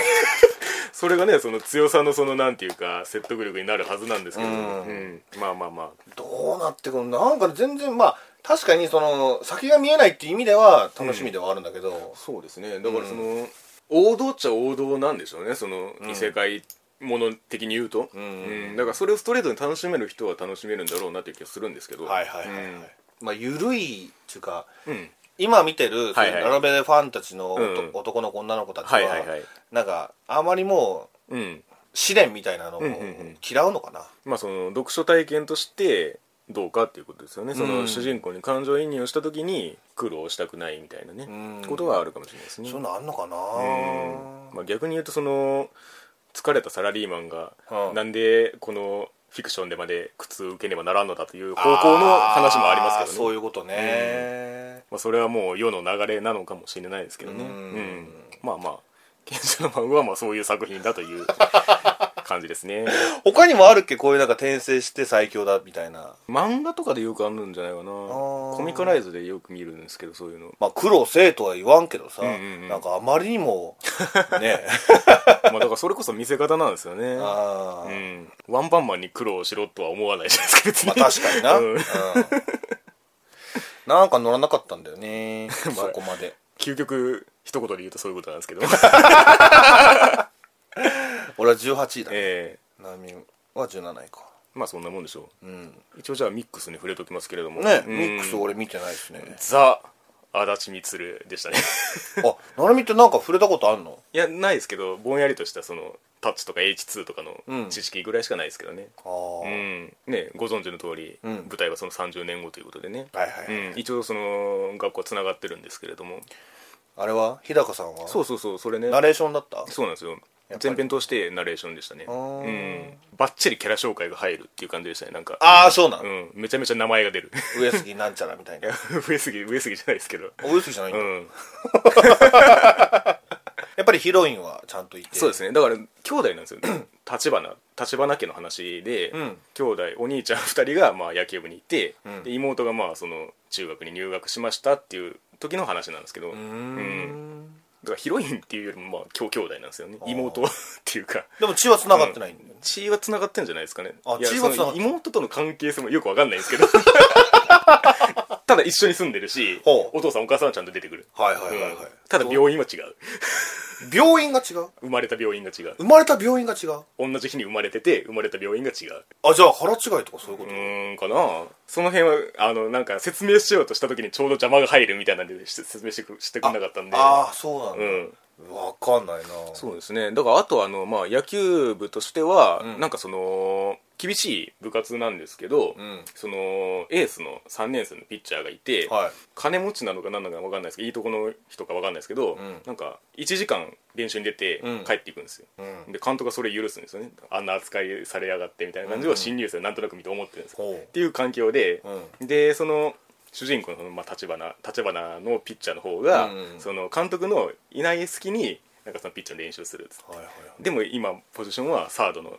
[SPEAKER 1] それがねその強さのそのなんていうか説得力になるはずなんですけど、
[SPEAKER 2] うん
[SPEAKER 1] うんまあまあまあ
[SPEAKER 2] どうなってくるなんか全然まあ確かにその先が見えないっていう意味では楽しみではあるんだけど、
[SPEAKER 1] そうですねだからその、王道っちゃ王道なんでしょうねその異世界もの的に言うと、
[SPEAKER 2] ん
[SPEAKER 1] だからそれをストレートに楽しめる人は楽しめるんだろうなっていう気がするんですけど
[SPEAKER 2] はいはいはいはい、まあ緩いっていうか
[SPEAKER 1] うん
[SPEAKER 2] 今見てる、
[SPEAKER 1] はいはい
[SPEAKER 2] ラノベファンたちの、
[SPEAKER 1] うんうん
[SPEAKER 2] 男の子女の子たちは,、
[SPEAKER 1] はいはいはい
[SPEAKER 2] なんかあまりもう
[SPEAKER 1] うん
[SPEAKER 2] 試練みたいなのを
[SPEAKER 1] うんうんうん
[SPEAKER 2] 嫌うのかな、
[SPEAKER 1] まあその読書体験としてどうかっていうことですよねその、
[SPEAKER 2] うん
[SPEAKER 1] 主人公に感情移入をした時に苦労したくないみたいなね、
[SPEAKER 2] うん
[SPEAKER 1] ことはあるかもしれないですね
[SPEAKER 2] そういうのあんのかな、
[SPEAKER 1] うんまあ、逆に言うとその疲れたサラリーマンが
[SPEAKER 2] うん
[SPEAKER 1] なんでこのフィクションでまで苦痛を受けねばならんのだという方向の話もありますけど
[SPEAKER 2] あー
[SPEAKER 1] ね
[SPEAKER 2] そういうことね、
[SPEAKER 1] まあ、それはもう世の流れなのかもしれないですけどね、う
[SPEAKER 2] うんん
[SPEAKER 1] まあまあ賢者の孫はまあそういう作品だという感じですね
[SPEAKER 2] 他にもあるっけこういうなんか転生して最強だみたいな
[SPEAKER 1] 漫画とかでよくあるんじゃないかな
[SPEAKER 2] ー
[SPEAKER 1] コミカライズでよく見るんですけどそういうの
[SPEAKER 2] まあ苦労せえとは言わんけどさ、
[SPEAKER 1] うんうんうん
[SPEAKER 2] なんかあまりにもね
[SPEAKER 1] [laughs] まあだからそれこそ見せ方なんですよね
[SPEAKER 2] あ
[SPEAKER 1] う
[SPEAKER 2] ー、
[SPEAKER 1] ん、ワンパンマンに苦労しろとは思わないじゃないですか別に
[SPEAKER 2] まあ確かにな、
[SPEAKER 1] う
[SPEAKER 2] うんんなんか乗らなかったんだよ
[SPEAKER 1] [laughs]
[SPEAKER 2] ねそこまで
[SPEAKER 1] 究極一言で言うとそういうことなん [laughs] ですけど
[SPEAKER 2] 俺は18位だね
[SPEAKER 1] え
[SPEAKER 2] ナミは17位か
[SPEAKER 1] えまあそんなもんでしょ
[SPEAKER 2] うん
[SPEAKER 1] う一応じゃあミックスに触れときますけれども
[SPEAKER 2] ね
[SPEAKER 1] う
[SPEAKER 2] ミ
[SPEAKER 1] ん
[SPEAKER 2] ックス俺見てないですね
[SPEAKER 1] ザ足立光で
[SPEAKER 2] [laughs]
[SPEAKER 1] したね
[SPEAKER 2] あなるみってなんか触れたことあんの
[SPEAKER 1] いやないですけどぼんやりとしたそのタッチとか H2 とか
[SPEAKER 2] う
[SPEAKER 1] の
[SPEAKER 2] ん
[SPEAKER 1] 知識ぐらいしかないですけどね、
[SPEAKER 2] ああ、
[SPEAKER 1] うんねご存知の通り、
[SPEAKER 2] うん
[SPEAKER 1] 舞台はその30年後ということでね、
[SPEAKER 2] はいはい、
[SPEAKER 1] うん、一応その学校つながってるんですけれども
[SPEAKER 2] あれは日高さんは
[SPEAKER 1] そうそうそうそれね
[SPEAKER 2] ナレーションだった
[SPEAKER 1] そうなんですよ
[SPEAKER 2] やっぱり
[SPEAKER 1] 前編としてナレーションでしたね
[SPEAKER 2] ー
[SPEAKER 1] うんバッチリキャラ紹介が入るっていう感じでしたねなんか
[SPEAKER 2] ああそうなん、
[SPEAKER 1] うん、めちゃめちゃ名前が出る [laughs]
[SPEAKER 2] 上杉なんちゃらみたいな
[SPEAKER 1] 上杉上杉じゃないですけど
[SPEAKER 2] 上杉じゃないん
[SPEAKER 1] う
[SPEAKER 2] だ、
[SPEAKER 1] ん
[SPEAKER 2] やっぱりヒロインはちゃんといて
[SPEAKER 1] そうですねだから兄弟なんですよ
[SPEAKER 2] [clears throat]
[SPEAKER 1] 立花立花家の話で、
[SPEAKER 2] うん
[SPEAKER 1] 兄弟お兄ちゃん2人がまあ野球部にいて、
[SPEAKER 2] うん
[SPEAKER 1] で妹がまあその中学に入学しましたっていう時の話なんですけど、
[SPEAKER 2] うーん
[SPEAKER 1] だからヒロインっていうよりもまあ兄兄弟なんですよね妹っていうか
[SPEAKER 2] でも血は繋がってないんだよね、
[SPEAKER 1] 血は繋がってんじゃないですかね
[SPEAKER 2] あ
[SPEAKER 1] いや
[SPEAKER 2] 血は繋がってる
[SPEAKER 1] その妹との関係性もよくわかんないんです
[SPEAKER 2] [laughs]
[SPEAKER 1] けどただ一緒に住んでるし
[SPEAKER 2] ほう
[SPEAKER 1] お父さんお母さんはちゃんと出てくる、
[SPEAKER 2] はいはいはいはい、
[SPEAKER 1] うんただ病院は違う
[SPEAKER 2] 病院が違う
[SPEAKER 1] 生まれた病院が違う
[SPEAKER 2] 生まれた病院が違う
[SPEAKER 1] 同じ日に生まれてて生まれた病院が違う
[SPEAKER 2] あじゃあ腹違いとかそういうこと、
[SPEAKER 1] うーんかなその辺はあのなんか説明しようとした時にちょうど邪魔が入るみたいなんでし説明してくしてくれなかったんで
[SPEAKER 2] ああそうなんだ、
[SPEAKER 1] うん
[SPEAKER 2] わかんないな
[SPEAKER 1] そうですねだからあとあの、まあ、野球部としては、
[SPEAKER 2] うん
[SPEAKER 1] なんかその厳しい部活なんですけど、
[SPEAKER 2] うん
[SPEAKER 1] そのエースの3年生のピッチャーがいて、
[SPEAKER 2] はい
[SPEAKER 1] 金持ちなのか何なのか分かんないですけどいいとこの人か分かんないですけど、
[SPEAKER 2] ん
[SPEAKER 1] なんか1時間練習に出て
[SPEAKER 2] うん
[SPEAKER 1] 帰っていくんですよ、
[SPEAKER 2] うん
[SPEAKER 1] で監督がそれ許すんですよねあんな扱いされやがってみたいな感じは新入生なんとなく見て思ってるんですよ、
[SPEAKER 2] ほう
[SPEAKER 1] っていう環境で、でその主人公のその、まあ、立花立花のピッチャーの方が、
[SPEAKER 2] うんうん
[SPEAKER 1] その監督のいない隙になんかそのピッチャーの練習するっつって
[SPEAKER 2] はいはいはい
[SPEAKER 1] でも今ポジションはサードの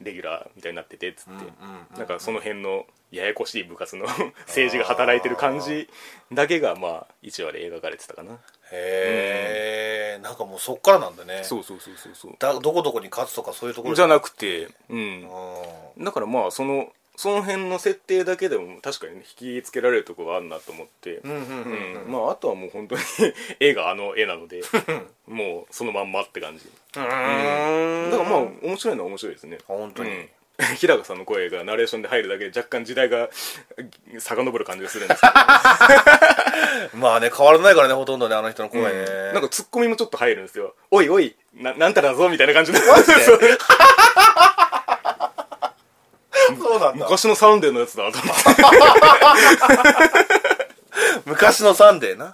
[SPEAKER 1] レギュラーみたいになっててっつって、
[SPEAKER 2] うんうんうん
[SPEAKER 1] なんかその辺のややこしい部活の [laughs] 政治が働いてる感じだけがまあ1話で描かれてたかな
[SPEAKER 2] へえ、なんかもうそっからなんだね
[SPEAKER 1] うそうそうそうそ
[SPEAKER 2] だどこどこに勝つとかそういうところ
[SPEAKER 1] じゃ
[SPEAKER 2] ない
[SPEAKER 1] なくてうん
[SPEAKER 2] う
[SPEAKER 1] だからまあそのその辺の設定だけでも確かにね引きつけられるとこがあるなと思って、
[SPEAKER 2] んうんうんうん
[SPEAKER 1] うんまああとはもう本当に [laughs] 絵があの絵なの [laughs] でもうそのまんまって感じ
[SPEAKER 2] ーん
[SPEAKER 1] だからまあ面白いのは面白いですね
[SPEAKER 2] あ本当に
[SPEAKER 1] うん [laughs] 日高さんの声がナレーションで入るだけで若干時代が遡る感じがするんですけど、
[SPEAKER 2] まあね変わらないからねほとんどねあの人の声ね、
[SPEAKER 1] なんかツッコミもちょっと入るんですよ「おいおいななんたらだぞ」みたいな感じで
[SPEAKER 2] そうなんだ
[SPEAKER 1] 昔のサウンデーのやつだと思って
[SPEAKER 2] 昔のサンデーな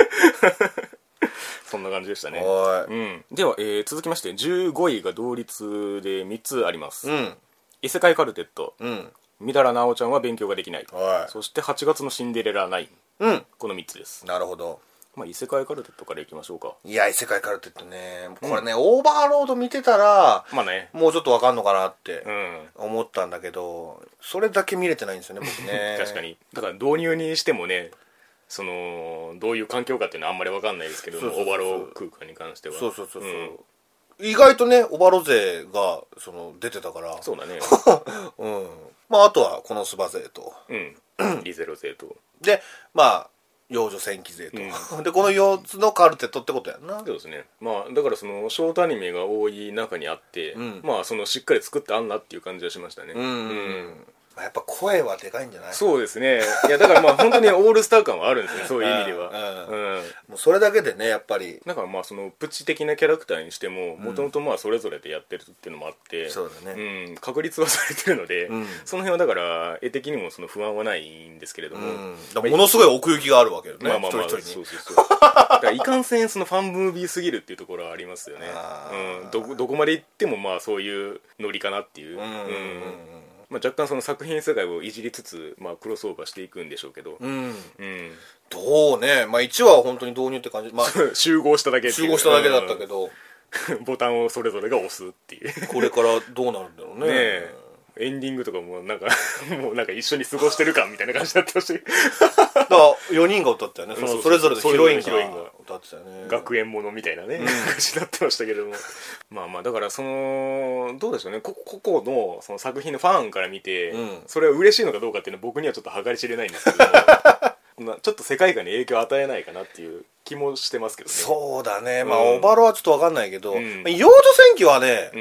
[SPEAKER 1] [laughs] そんな感じでしたね
[SPEAKER 2] おい
[SPEAKER 1] うん、では、えー続きまして15位が同率で3つあります、
[SPEAKER 2] うん
[SPEAKER 1] 異世界カルテット
[SPEAKER 2] うん
[SPEAKER 1] みだらなおちゃんは勉強ができない
[SPEAKER 2] はい
[SPEAKER 1] そして8月のシンデレラ9
[SPEAKER 2] うん
[SPEAKER 1] この3つです、
[SPEAKER 2] なるほど
[SPEAKER 1] まあ、異世界カルテットからいきましょうか
[SPEAKER 2] いや異世界カルテットねこれね、オーバーロード見てたら
[SPEAKER 1] まあね
[SPEAKER 2] もうちょっとわかんのかなって
[SPEAKER 1] うん
[SPEAKER 2] 思ったんだけどそれだけ見れてないんですよね僕ね
[SPEAKER 1] [laughs] 確かにだから導入にしてもねそのどういう環境かっていうのはあんまり分かんないですけど
[SPEAKER 2] そうそうそう
[SPEAKER 1] オーバーロー空間に関しては
[SPEAKER 2] そうそうそうそう、
[SPEAKER 1] ん
[SPEAKER 2] 意外とねオバロ勢がその出てたから
[SPEAKER 1] そうだね
[SPEAKER 2] うんまああとはこのスバ勢と [coughs]
[SPEAKER 1] うんリゼロ勢と
[SPEAKER 2] でまあ幼女戦記勢と、でこの4つのカルテットってことやんな
[SPEAKER 1] そうですねまあだからそのショートアニメが多い中にあって、
[SPEAKER 2] ん
[SPEAKER 1] まあそのしっかり作ってあんなっていう感じはしましたね
[SPEAKER 2] うん、まあやっぱ声はでかいんじゃない
[SPEAKER 1] そうですねいやだからまあ本当にオールスター感はあるんですねそういう意味では
[SPEAKER 2] う
[SPEAKER 1] うん
[SPEAKER 2] もうそれだけでねやっぱり
[SPEAKER 1] だからまあそのプチ的なキャラクターにしてももともとまあそれぞれでやってるっていうのもあって
[SPEAKER 2] そうだ
[SPEAKER 1] うん、確立はされてるので、
[SPEAKER 2] ん
[SPEAKER 1] その辺はだから絵的にもその不安はないんですけれども、
[SPEAKER 2] うん、だからものすごい奥行きがあるわけよね、
[SPEAKER 1] まあまあまあ、
[SPEAKER 2] 一人一人
[SPEAKER 1] そう
[SPEAKER 2] に
[SPEAKER 1] そうそうだからいかんせんそのファンムービーすぎるっていうところはありますよね
[SPEAKER 2] あ、
[SPEAKER 1] うん、どこどこまで行ってもまあそういうノリかなっていう、
[SPEAKER 2] うんうん
[SPEAKER 1] まあ、若干その作品世界をいじりつつ、まあ、クロスオーバーしていくんでしょうけど、
[SPEAKER 2] うん
[SPEAKER 1] う
[SPEAKER 2] うん
[SPEAKER 1] ん、 [laughs]
[SPEAKER 2] どうねまあ1話は本当に導入って感じまあ
[SPEAKER 1] 集合しただけってい
[SPEAKER 2] 集
[SPEAKER 1] う
[SPEAKER 2] 合しただけだったけど、
[SPEAKER 1] うんボタンをそれぞれが押すっていうね
[SPEAKER 2] これからどうなるんだろうね
[SPEAKER 1] えエンディングとかもなんか [laughs] もうなんか一緒に過ごしてる感みたいな感じだったし
[SPEAKER 2] だから4人が歌ったよねそ
[SPEAKER 1] そうそ
[SPEAKER 2] の
[SPEAKER 1] う
[SPEAKER 2] それぞれのヒロイン
[SPEAKER 1] それぞれのヒロイン
[SPEAKER 2] が
[SPEAKER 1] が
[SPEAKER 2] 歌ってたよね
[SPEAKER 1] 学園ものみたいなね、感じになってましたけれどもまあまあだからそのどうでしょうねこ個々のその作品のファンから見て、
[SPEAKER 2] うん
[SPEAKER 1] それは嬉しいのかどうかっていうのは僕にはちょっと計り知れないんですけど
[SPEAKER 2] [laughs]
[SPEAKER 1] まあちょっと世界観に影響を与えないかなっていう気もしてますけどね
[SPEAKER 2] そうだねまあ、
[SPEAKER 1] うん
[SPEAKER 2] オバロはちょっと分かんないけど、
[SPEAKER 1] うん
[SPEAKER 2] まあ幼女戦記はね、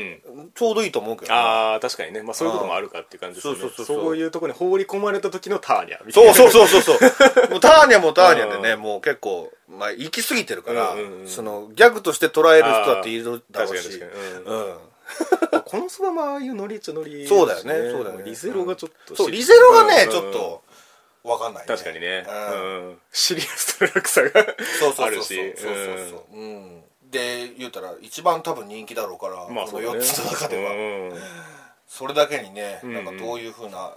[SPEAKER 2] ちょうどいいと思うけどな
[SPEAKER 1] ああ確かにね、まあ、そういうこともあるかっていう感じですよね
[SPEAKER 2] そうそうそうそう
[SPEAKER 1] そういうところに放り込まれた時のターニャみたい
[SPEAKER 2] そ
[SPEAKER 1] な
[SPEAKER 2] うそうそうそう [laughs] そうもうターニャもターニャでね、
[SPEAKER 1] う
[SPEAKER 2] もう結構、まあ、行き過ぎてるから、
[SPEAKER 1] うんうんうん
[SPEAKER 2] そのギャグとして捉える人だっているだろう
[SPEAKER 1] あー確
[SPEAKER 2] し
[SPEAKER 1] かに確か
[SPEAKER 2] うん
[SPEAKER 1] このそばもああいうノリっちゃノリです
[SPEAKER 2] そうだよねそうだよね
[SPEAKER 1] リゼロがちょっと
[SPEAKER 2] そうリゼロがね、
[SPEAKER 1] うん
[SPEAKER 2] ちょっと分かんない、
[SPEAKER 1] 確かにね、
[SPEAKER 2] うん
[SPEAKER 1] うんシリアスな落差が
[SPEAKER 2] そうそ
[SPEAKER 1] あ
[SPEAKER 2] うそ
[SPEAKER 1] る
[SPEAKER 2] うそ
[SPEAKER 1] し
[SPEAKER 2] うそうそうそううんで言うたら一番多分人気だろうから、
[SPEAKER 1] うんまあ
[SPEAKER 2] こ
[SPEAKER 1] そう
[SPEAKER 2] の
[SPEAKER 1] だね
[SPEAKER 2] 4つの中では、
[SPEAKER 1] うん
[SPEAKER 2] それだけにね、
[SPEAKER 1] んうん
[SPEAKER 2] なんかどういうふうな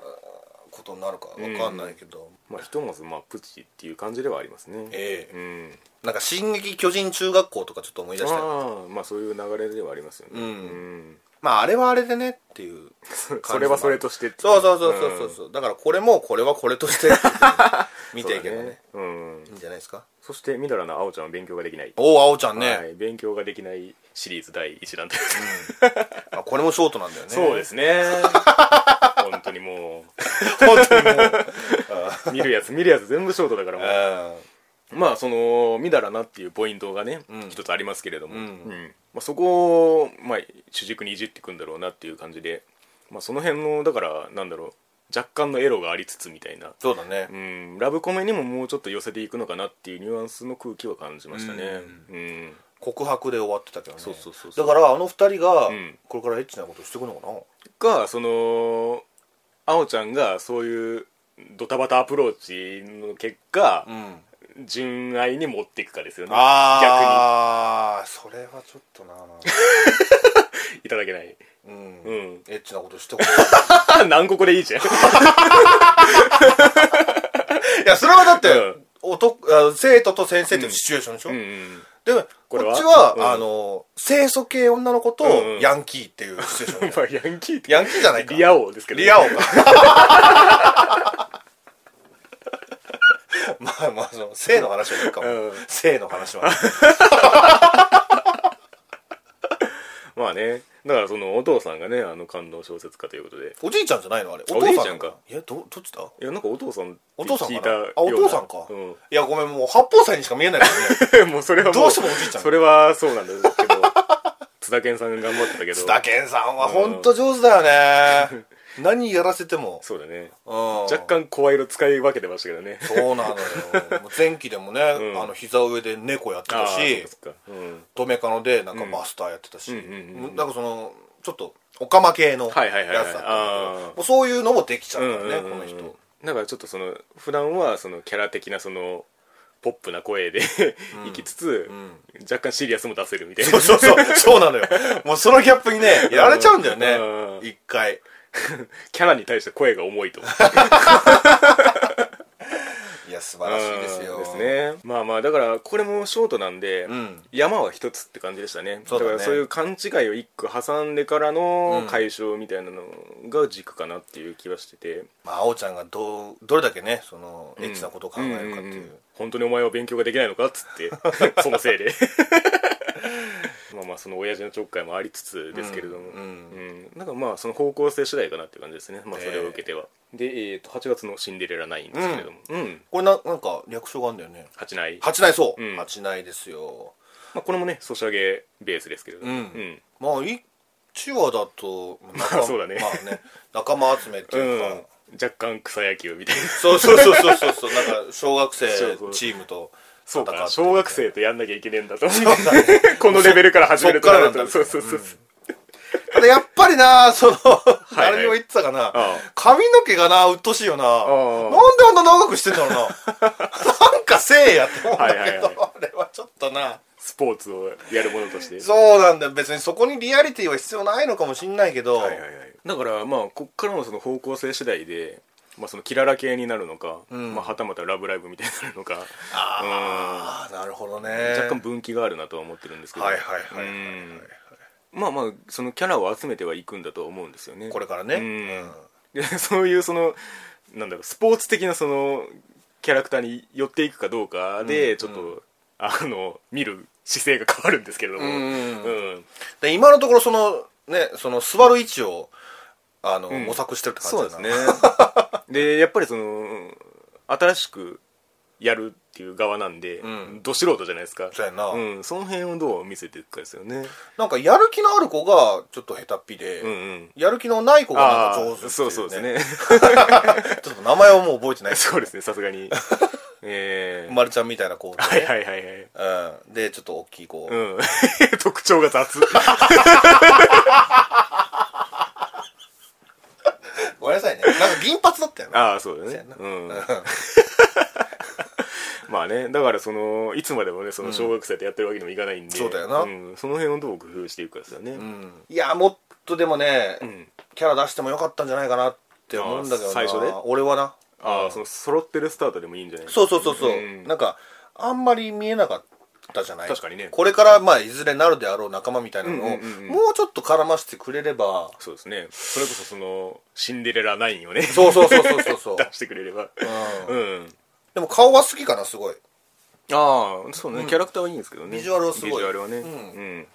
[SPEAKER 2] ことになるか分かんないけど、
[SPEAKER 1] まあひとまずまあプチっていう感じではありますね
[SPEAKER 2] ええ
[SPEAKER 1] うん
[SPEAKER 2] なんか「進撃巨人中学校」とかちょっと思い出したよ
[SPEAKER 1] ああまあそういう流れではありますよね
[SPEAKER 2] うん
[SPEAKER 1] ん
[SPEAKER 2] まああれはあれでねっていう
[SPEAKER 1] [laughs] それはそれとしてってい
[SPEAKER 2] そうそうそうそうそうそうだからこれもこれはこれとし
[SPEAKER 1] [laughs]
[SPEAKER 2] てっていうふうに見ていけばね
[SPEAKER 1] そうだうん
[SPEAKER 2] いいんじゃないですか
[SPEAKER 1] そしてみだらなあおちゃんは勉強ができない、
[SPEAKER 2] おおあおちゃんね、
[SPEAKER 1] はい、勉強ができないシリーズ第1弾です
[SPEAKER 2] あこれもショートなんだよね
[SPEAKER 1] そうです
[SPEAKER 2] [laughs]
[SPEAKER 1] ね本当にも
[SPEAKER 2] 本当にもう
[SPEAKER 1] う見るやつ見るやつ全部ショートだからもう
[SPEAKER 2] [laughs] うん
[SPEAKER 1] まあそのみだらなっていうポイントがね、
[SPEAKER 2] うん
[SPEAKER 1] 一つありますけれども、
[SPEAKER 2] うん
[SPEAKER 1] まあ、そこを、まあ、主軸にいじっていくんだろうなっていう感じで、まあ、その辺のだからなんだろう若干のエロがありつつみたいな、
[SPEAKER 2] そうだね
[SPEAKER 1] うん、ラブコメにももうちょっと寄せていくのかなっていうニュアンスの空気は感じましたねうん、
[SPEAKER 2] 告白で終わってたけどね
[SPEAKER 1] そうそうそうそう
[SPEAKER 2] だからあの二人が
[SPEAKER 1] うん
[SPEAKER 2] これからエッチなことしてくのかな、
[SPEAKER 1] がそのあおちゃんがそういうドタバタアプローチの結果、
[SPEAKER 2] うん、
[SPEAKER 1] 純愛に持っていくかですよね
[SPEAKER 2] ああそれはちょっとな
[SPEAKER 1] 逆にいただけない
[SPEAKER 2] うん、
[SPEAKER 1] うん
[SPEAKER 2] エッチなことしてほしい
[SPEAKER 1] あ [laughs] 南国でいいじゃん
[SPEAKER 2] [laughs] いやそれはだって、
[SPEAKER 1] うん
[SPEAKER 2] 男あ生徒と先生っていうシチュエーションでしょ、
[SPEAKER 1] うんうん
[SPEAKER 2] でもこ
[SPEAKER 1] これは
[SPEAKER 2] っちは、
[SPEAKER 1] うん
[SPEAKER 2] あの清楚系女の子と
[SPEAKER 1] うんうん
[SPEAKER 2] ヤンキーっていうシチュエーション、
[SPEAKER 1] [laughs] まあヤンキーって
[SPEAKER 2] [laughs] ヤンキーじゃないか
[SPEAKER 1] リア王ですけどね
[SPEAKER 2] リア王か [laughs] まあまあその性の話はいいかも、
[SPEAKER 1] うん
[SPEAKER 2] 性の話はね
[SPEAKER 1] まあねだからそのお父さんがねあの感動小説家ということで
[SPEAKER 2] おじいちゃんじゃないのあれ
[SPEAKER 1] あ
[SPEAKER 2] 父さ
[SPEAKER 1] おじいちゃんか
[SPEAKER 2] いやどどっちだ
[SPEAKER 1] いやなんかお父さんって
[SPEAKER 2] お父さん
[SPEAKER 1] 聞い
[SPEAKER 2] か
[SPEAKER 1] た
[SPEAKER 2] な
[SPEAKER 1] ような
[SPEAKER 2] あお父さんか、いやごめんもう八方斎にしか見えないか
[SPEAKER 1] [laughs] う
[SPEAKER 2] らね
[SPEAKER 1] んもうそれはもう
[SPEAKER 2] どうしてもおじいちゃん
[SPEAKER 1] それはそうなんですけど [laughs] 津田健さん頑張ってたけど
[SPEAKER 2] 津田健さんは本当上手だ
[SPEAKER 1] [laughs]
[SPEAKER 2] よね、何やらせても、
[SPEAKER 1] そうだね
[SPEAKER 2] うん、
[SPEAKER 1] 若干声色使い分けてましたけどね
[SPEAKER 2] そう
[SPEAKER 1] [laughs]
[SPEAKER 2] なのよもう前期でもね、
[SPEAKER 1] ん
[SPEAKER 2] あの膝上で猫やってたし
[SPEAKER 1] ーそうかそうかうん
[SPEAKER 2] ドメカノでなんかマスターやってたし、
[SPEAKER 1] うんうんうんうん
[SPEAKER 2] なんかそのちょっとオカマ系のやつだ
[SPEAKER 1] は
[SPEAKER 2] っ
[SPEAKER 1] い
[SPEAKER 2] た
[SPEAKER 1] はいはい
[SPEAKER 2] ん
[SPEAKER 1] は
[SPEAKER 2] だ
[SPEAKER 1] い
[SPEAKER 2] けど
[SPEAKER 1] あー
[SPEAKER 2] もうそういうのもできちゃ
[SPEAKER 1] う
[SPEAKER 2] うんか
[SPEAKER 1] うん
[SPEAKER 2] ら
[SPEAKER 1] う
[SPEAKER 2] ね、
[SPEAKER 1] んうん
[SPEAKER 2] この人 [laughs]
[SPEAKER 1] だからちょっとその普段はそのキャラ的なそのポップな声で [laughs] いきつつ、若干シリアスも出せるみたいな
[SPEAKER 2] そうそうそうそうなのよもうそのギャップにねやられちゃうんだよ
[SPEAKER 1] うん
[SPEAKER 2] ね一回
[SPEAKER 1] キャラに対して声が重
[SPEAKER 2] [laughs]
[SPEAKER 1] いと
[SPEAKER 2] いや素晴らしいですよ
[SPEAKER 1] うんですねまあまあだからこれもショートなんで、
[SPEAKER 2] うん
[SPEAKER 1] 山は一つって感じでしたね
[SPEAKER 2] そうだね
[SPEAKER 1] からそういう勘違いを一句挟んでからの解消みたいなのが軸かなっていう気はしてて、
[SPEAKER 2] まあ青ちゃんがどうどれだけねそのエッチなことを考えるかって
[SPEAKER 1] んん
[SPEAKER 2] い
[SPEAKER 1] ん
[SPEAKER 2] う
[SPEAKER 1] 本当にお前は勉強ができないのかっつって
[SPEAKER 2] [laughs]
[SPEAKER 1] そのせいで [laughs] まあまあその親父のちょっかいもありつつですけれども
[SPEAKER 2] うん
[SPEAKER 1] うんなんかまあその方向性次第かなっていう感じですね、まあ、
[SPEAKER 2] ね
[SPEAKER 1] それを受けては、で、えー、と8月の「シンデレラ9」ですけれどもうん、
[SPEAKER 2] これななんか略称があるんだよね
[SPEAKER 1] 8内、
[SPEAKER 2] 八内そう、
[SPEAKER 1] うん
[SPEAKER 2] 八内ですよ
[SPEAKER 1] まあ、これもねソシャゲベースですけれども、
[SPEAKER 2] うんまあ一話だと
[SPEAKER 1] [laughs]
[SPEAKER 2] ま
[SPEAKER 1] そうだね
[SPEAKER 2] まあね仲間集めって
[SPEAKER 1] う
[SPEAKER 2] いうんか、
[SPEAKER 1] 若干草野球みたいな
[SPEAKER 2] そうそうそうそう [laughs] そうそうなんか小学生
[SPEAKER 1] そうそう
[SPEAKER 2] チームと
[SPEAKER 1] [laughs] そうか
[SPEAKER 2] 戦って
[SPEAKER 1] 小学生とやんなきゃいけねえんだと思う
[SPEAKER 2] そうだね
[SPEAKER 1] [laughs] このレベルから始めるとると
[SPEAKER 2] そ
[SPEAKER 1] そ
[SPEAKER 2] っ
[SPEAKER 1] う
[SPEAKER 2] か
[SPEAKER 1] そうそう
[SPEAKER 2] らなんだ
[SPEAKER 1] そう、
[SPEAKER 2] ただやっぱりなその
[SPEAKER 1] いはい
[SPEAKER 2] 誰にも言ってたかな、
[SPEAKER 1] ああ
[SPEAKER 2] 髪の毛がなうっとしいよな
[SPEAKER 1] あ
[SPEAKER 2] なんであんな長くしてん
[SPEAKER 1] [laughs]
[SPEAKER 2] だろうななんかせえやって思うんだけど、
[SPEAKER 1] はいはいはい
[SPEAKER 2] あれはちょっとな
[SPEAKER 1] スポーツをやるものとして
[SPEAKER 2] そうなんだよ別にそこにリアリティは必要ないのかもしんないけど、
[SPEAKER 1] はいはいはい、だからまあこっからのその方向性次第で、まあ、そのキララ系になるのか、
[SPEAKER 2] ん
[SPEAKER 1] まあ、はたまた「ラブライブ!」みたいになるのか
[SPEAKER 2] ああなるほどね
[SPEAKER 1] 若干分岐があるなとは思ってるんですけど
[SPEAKER 2] はいはいはいはいはい
[SPEAKER 1] うんまあまあそのキャラを集めてはいくんだとは思うんですよね
[SPEAKER 2] これからね、
[SPEAKER 1] うんで [laughs] そういうそのなんだろうスポーツ的なそのキャラクターに寄っていくかどうかで、ちょっと、あの見る姿勢が変わるんですけれども、
[SPEAKER 2] ん
[SPEAKER 1] うん
[SPEAKER 2] で今のところそのねその座る位置をあの、模索してるって感じ
[SPEAKER 1] そう
[SPEAKER 2] だな
[SPEAKER 1] ですねでやっぱりその新しくやるっていう側なんで、
[SPEAKER 2] ん
[SPEAKER 1] ど素人じゃないですか
[SPEAKER 2] そうやな
[SPEAKER 1] うん、その辺をどう見せていくかですよね
[SPEAKER 2] なんかやる気のある子がちょっと下手っぴで、
[SPEAKER 1] うんうん
[SPEAKER 2] やる気のない子がなんか上手ってい
[SPEAKER 1] ーそうそうですね
[SPEAKER 2] [laughs] ちょっと名前はもう覚えてないで
[SPEAKER 1] [laughs]
[SPEAKER 2] す
[SPEAKER 1] そうですねさすがにええ
[SPEAKER 2] [laughs] まるちゃんみたいな子とね、
[SPEAKER 1] はいはいはいはい
[SPEAKER 2] うん、でちょっと大きい子、
[SPEAKER 1] うん [laughs] 特徴が雑
[SPEAKER 2] ごめんなさいねなんか銀髪だったよな
[SPEAKER 1] ああそうだね
[SPEAKER 2] そう
[SPEAKER 1] う
[SPEAKER 2] や
[SPEAKER 1] んまあねだからそのいつまでもねその小学生でやってるわけにもいかないんで、
[SPEAKER 2] そうだよなん
[SPEAKER 1] その辺をどう工夫していくかですよね、
[SPEAKER 2] うんいやもっとでもね、
[SPEAKER 1] ん
[SPEAKER 2] キャラ出してもよかったんじゃないかなって思うんだけどな
[SPEAKER 1] あー最初で
[SPEAKER 2] 俺はな
[SPEAKER 1] ああその揃ってるスタートでもいいんじゃない
[SPEAKER 2] そうそうそうそう、
[SPEAKER 1] うん
[SPEAKER 2] なんかあんまり見えなかったじゃない
[SPEAKER 1] 確かにね
[SPEAKER 2] これからまあいずれなるであろう仲間みたいなのを、
[SPEAKER 1] うんうんうんうん
[SPEAKER 2] もうちょっと絡ませてくれれば
[SPEAKER 1] そうですねそれこそそのシンデレラナインをね
[SPEAKER 2] そうそうそうそうそうそう
[SPEAKER 1] [laughs] 出してくれれば
[SPEAKER 2] う
[SPEAKER 1] う
[SPEAKER 2] ん
[SPEAKER 1] ん
[SPEAKER 2] でも顔は好きかなすごい
[SPEAKER 1] ああそうね、キャラクターはいいんですけどね
[SPEAKER 2] ビジュアルはすごい
[SPEAKER 1] ビジュアルはね、
[SPEAKER 2] うん
[SPEAKER 1] うん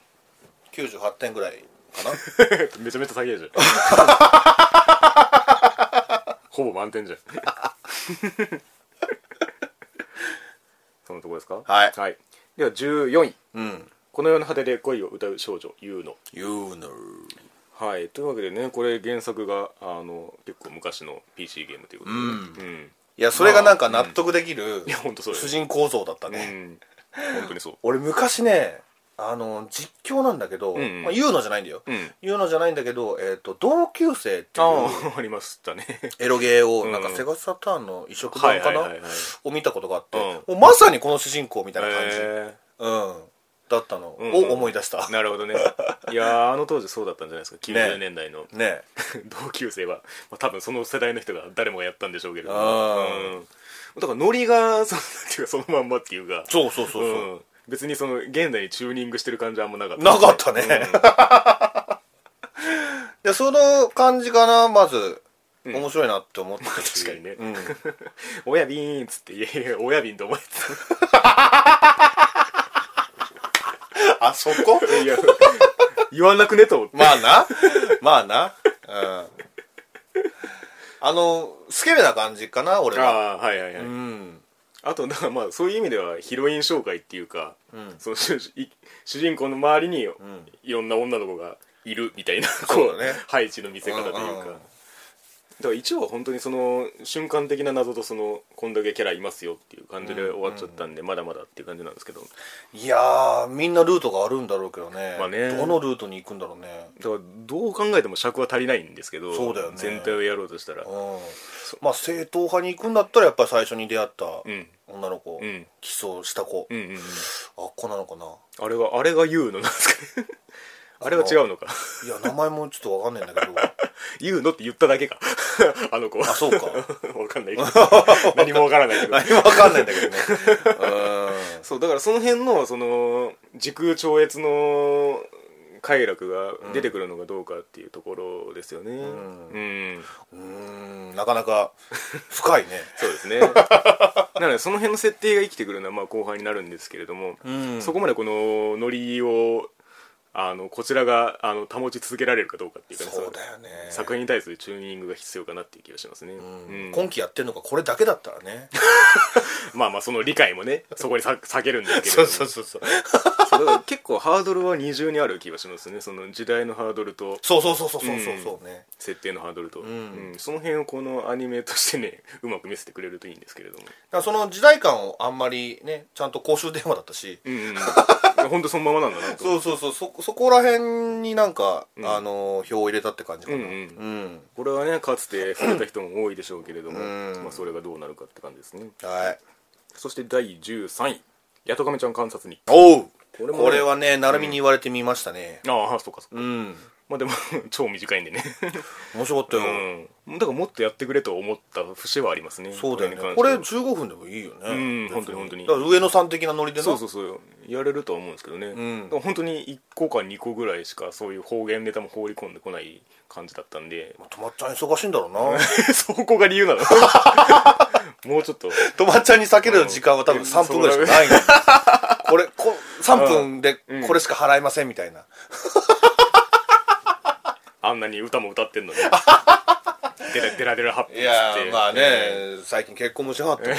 [SPEAKER 2] 98点ぐらいかな
[SPEAKER 1] [laughs] めちゃめちゃ詐
[SPEAKER 2] [laughs]
[SPEAKER 1] 欺じゃんほぼ満点じゃん [laughs] そのとこですか
[SPEAKER 2] はい
[SPEAKER 1] では14位
[SPEAKER 2] うん
[SPEAKER 1] この世の果てで恋を歌う少女ユーノ
[SPEAKER 2] 言うの
[SPEAKER 1] はいというわけでねこれ原作があの結構昔の PC ゲームということで、うん
[SPEAKER 2] いやそれがなんか納得できる、
[SPEAKER 1] いやほんとそうよ
[SPEAKER 2] 主人公像だったね、
[SPEAKER 1] うん本当にそう
[SPEAKER 2] 俺昔ねあの実況なんだけど、
[SPEAKER 1] んうん
[SPEAKER 2] まあ、言うのじゃないんだよ、
[SPEAKER 1] うん
[SPEAKER 2] 言うのじゃないんだけど、えー、と同級生っていう
[SPEAKER 1] ああありました
[SPEAKER 2] [laughs]
[SPEAKER 1] ね
[SPEAKER 2] エロゲーをなんか
[SPEAKER 1] うん
[SPEAKER 2] セガサターンの移植版かな、
[SPEAKER 1] はいはいはいはい
[SPEAKER 2] を見たことがあって、
[SPEAKER 1] うん
[SPEAKER 2] もうまさにこの主人公みたいな感じ、
[SPEAKER 1] へ
[SPEAKER 2] うん、だったの
[SPEAKER 1] ん
[SPEAKER 2] を思い出した、
[SPEAKER 1] ーなるほどねいやーあの当時そうだったんじゃないですか90年代の、
[SPEAKER 2] ね
[SPEAKER 1] [laughs] 同級生は、まあ、多分その世代の人が誰もがやったんでしょうけれども、
[SPEAKER 2] あー
[SPEAKER 1] うん、だからノリがそのっていうかそのまんまっていうか
[SPEAKER 2] そうそうそうそう、
[SPEAKER 1] ん、別にその現代にチューニングしてる感じはあんまなかった
[SPEAKER 2] なかったね [laughs] でその感じかなまず、面白いなって思ったし
[SPEAKER 1] 確かにね
[SPEAKER 2] うん
[SPEAKER 1] うん親瓶、っつっていやいや親瓶と思えて
[SPEAKER 2] あそこ [laughs]
[SPEAKER 1] たいや言わなくねと思って、
[SPEAKER 2] まあなまあなうんあのスケベな感じかな俺は
[SPEAKER 1] ああはいはいはい、
[SPEAKER 2] うん
[SPEAKER 1] あとだからまあそういう意味ではヒロイン紹介っていうか、
[SPEAKER 2] ん
[SPEAKER 1] その主い主人公の周りにいろんな女の子がいるみたいな、こ
[SPEAKER 2] そう
[SPEAKER 1] う
[SPEAKER 2] だね
[SPEAKER 1] 配置の見せ方というか、
[SPEAKER 2] うんうん
[SPEAKER 1] だから一応は本当にその瞬間的な謎とそのこんだけキャラいますよっていう感じで終わっちゃったんで、まだまだっていう感じなんですけどだか
[SPEAKER 2] いやーみんなルートがあるんだろうけどね,、
[SPEAKER 1] まあね
[SPEAKER 2] どのルートに行くんだろうね
[SPEAKER 1] らどう考えても尺は足りないんですけど
[SPEAKER 2] そうだよね
[SPEAKER 1] 全体をやろうとしたら
[SPEAKER 2] うんまあ正統派に行くんだったらやっぱり最初に出会った
[SPEAKER 1] ん
[SPEAKER 2] 女の子、
[SPEAKER 1] うん
[SPEAKER 2] 起訴した子、
[SPEAKER 1] うんうんうん
[SPEAKER 2] あっこなのかな
[SPEAKER 1] あれがあれが言うのなんですかね [laughs] あれは違うのか
[SPEAKER 2] いや名前もちょっとわかんないんだけど
[SPEAKER 1] 言うのって言っただけか [laughs] あの子は
[SPEAKER 2] あそうか [laughs]
[SPEAKER 1] [laughs] わかんないけど何もわからないけど
[SPEAKER 2] 何もわかんないんだけどねうん
[SPEAKER 1] そうだからその辺のその時空超越の快楽が出てくるのがどうかっていうところですよねうん、
[SPEAKER 2] うーんなかなか深いね
[SPEAKER 1] そうですねなのでその辺の設定が生きてくるのはまあ後半になるんですけれども、
[SPEAKER 2] うん
[SPEAKER 1] そこまでこのノリをあのこちらがあの保ち続けられるかどうか [laughs] っていうかね
[SPEAKER 2] そうだよね
[SPEAKER 1] その作品に対するチューニングが必要かなっていう気がしますね、うん
[SPEAKER 2] 今期やってるのがこれだけだったら
[SPEAKER 1] [laughs]
[SPEAKER 2] ね
[SPEAKER 1] まあまあその理解もねそこにさ避けるんですけれども
[SPEAKER 2] そうそう
[SPEAKER 1] そうだから結構ハードルは二重にある気がしますねその時代のハードルと
[SPEAKER 2] そうそうそうそうそうそうそうね、
[SPEAKER 1] 設定のハードルと、うんその辺をこのアニメとしてねうまく見せてくれるといいんですけれども
[SPEAKER 2] だからその時代感をあんまりねちゃんと公衆電話だったし、
[SPEAKER 1] うん、 [laughs] うん、ほんとそのままなんだなと
[SPEAKER 2] そうそうそうそそこら辺になんか、あの票を入れたって感じかな
[SPEAKER 1] うんうん
[SPEAKER 2] うん
[SPEAKER 1] これはねかつて触れた人も多いでしょうけれども、
[SPEAKER 2] うん
[SPEAKER 1] まあ、それがどうなるかって感じですね
[SPEAKER 2] はい
[SPEAKER 1] そして第13位「やとかめちゃん観察に
[SPEAKER 2] おうこ
[SPEAKER 1] こ
[SPEAKER 2] れ
[SPEAKER 1] れもね
[SPEAKER 2] はね成美に言われてみましたね」
[SPEAKER 1] ああそうかそうか
[SPEAKER 2] うん、
[SPEAKER 1] まあでも [laughs] 超短いんでね
[SPEAKER 2] 面白かったよ、
[SPEAKER 1] うんだからもっとやってくれと思った節はありますね
[SPEAKER 2] そうだよねこ
[SPEAKER 1] これ
[SPEAKER 2] れ
[SPEAKER 1] に関しては
[SPEAKER 2] 15分でもいいよね
[SPEAKER 1] うん本当に本当に
[SPEAKER 2] だから上野さん的なノリでな
[SPEAKER 1] そうそうそうやれるとは思うんですけどね、
[SPEAKER 2] ん
[SPEAKER 1] だから本当に1個か2個ぐらいしかそういう方言ネタも放り込んでこない感じだったんで
[SPEAKER 2] まあ、とまっちゃん忙しいんだろうな
[SPEAKER 1] [laughs] そこが理由なの [laughs] もうちょっと
[SPEAKER 2] とまっちゃんに避ける時間は多分
[SPEAKER 1] うん
[SPEAKER 2] 3分ぐらいしかないんだよこれこ3分でこれしか払えませんみたいな、
[SPEAKER 1] あんなに歌も歌ってんのにデラデラデラハッピーっつって
[SPEAKER 2] いやーまあね、最近結婚もしはったか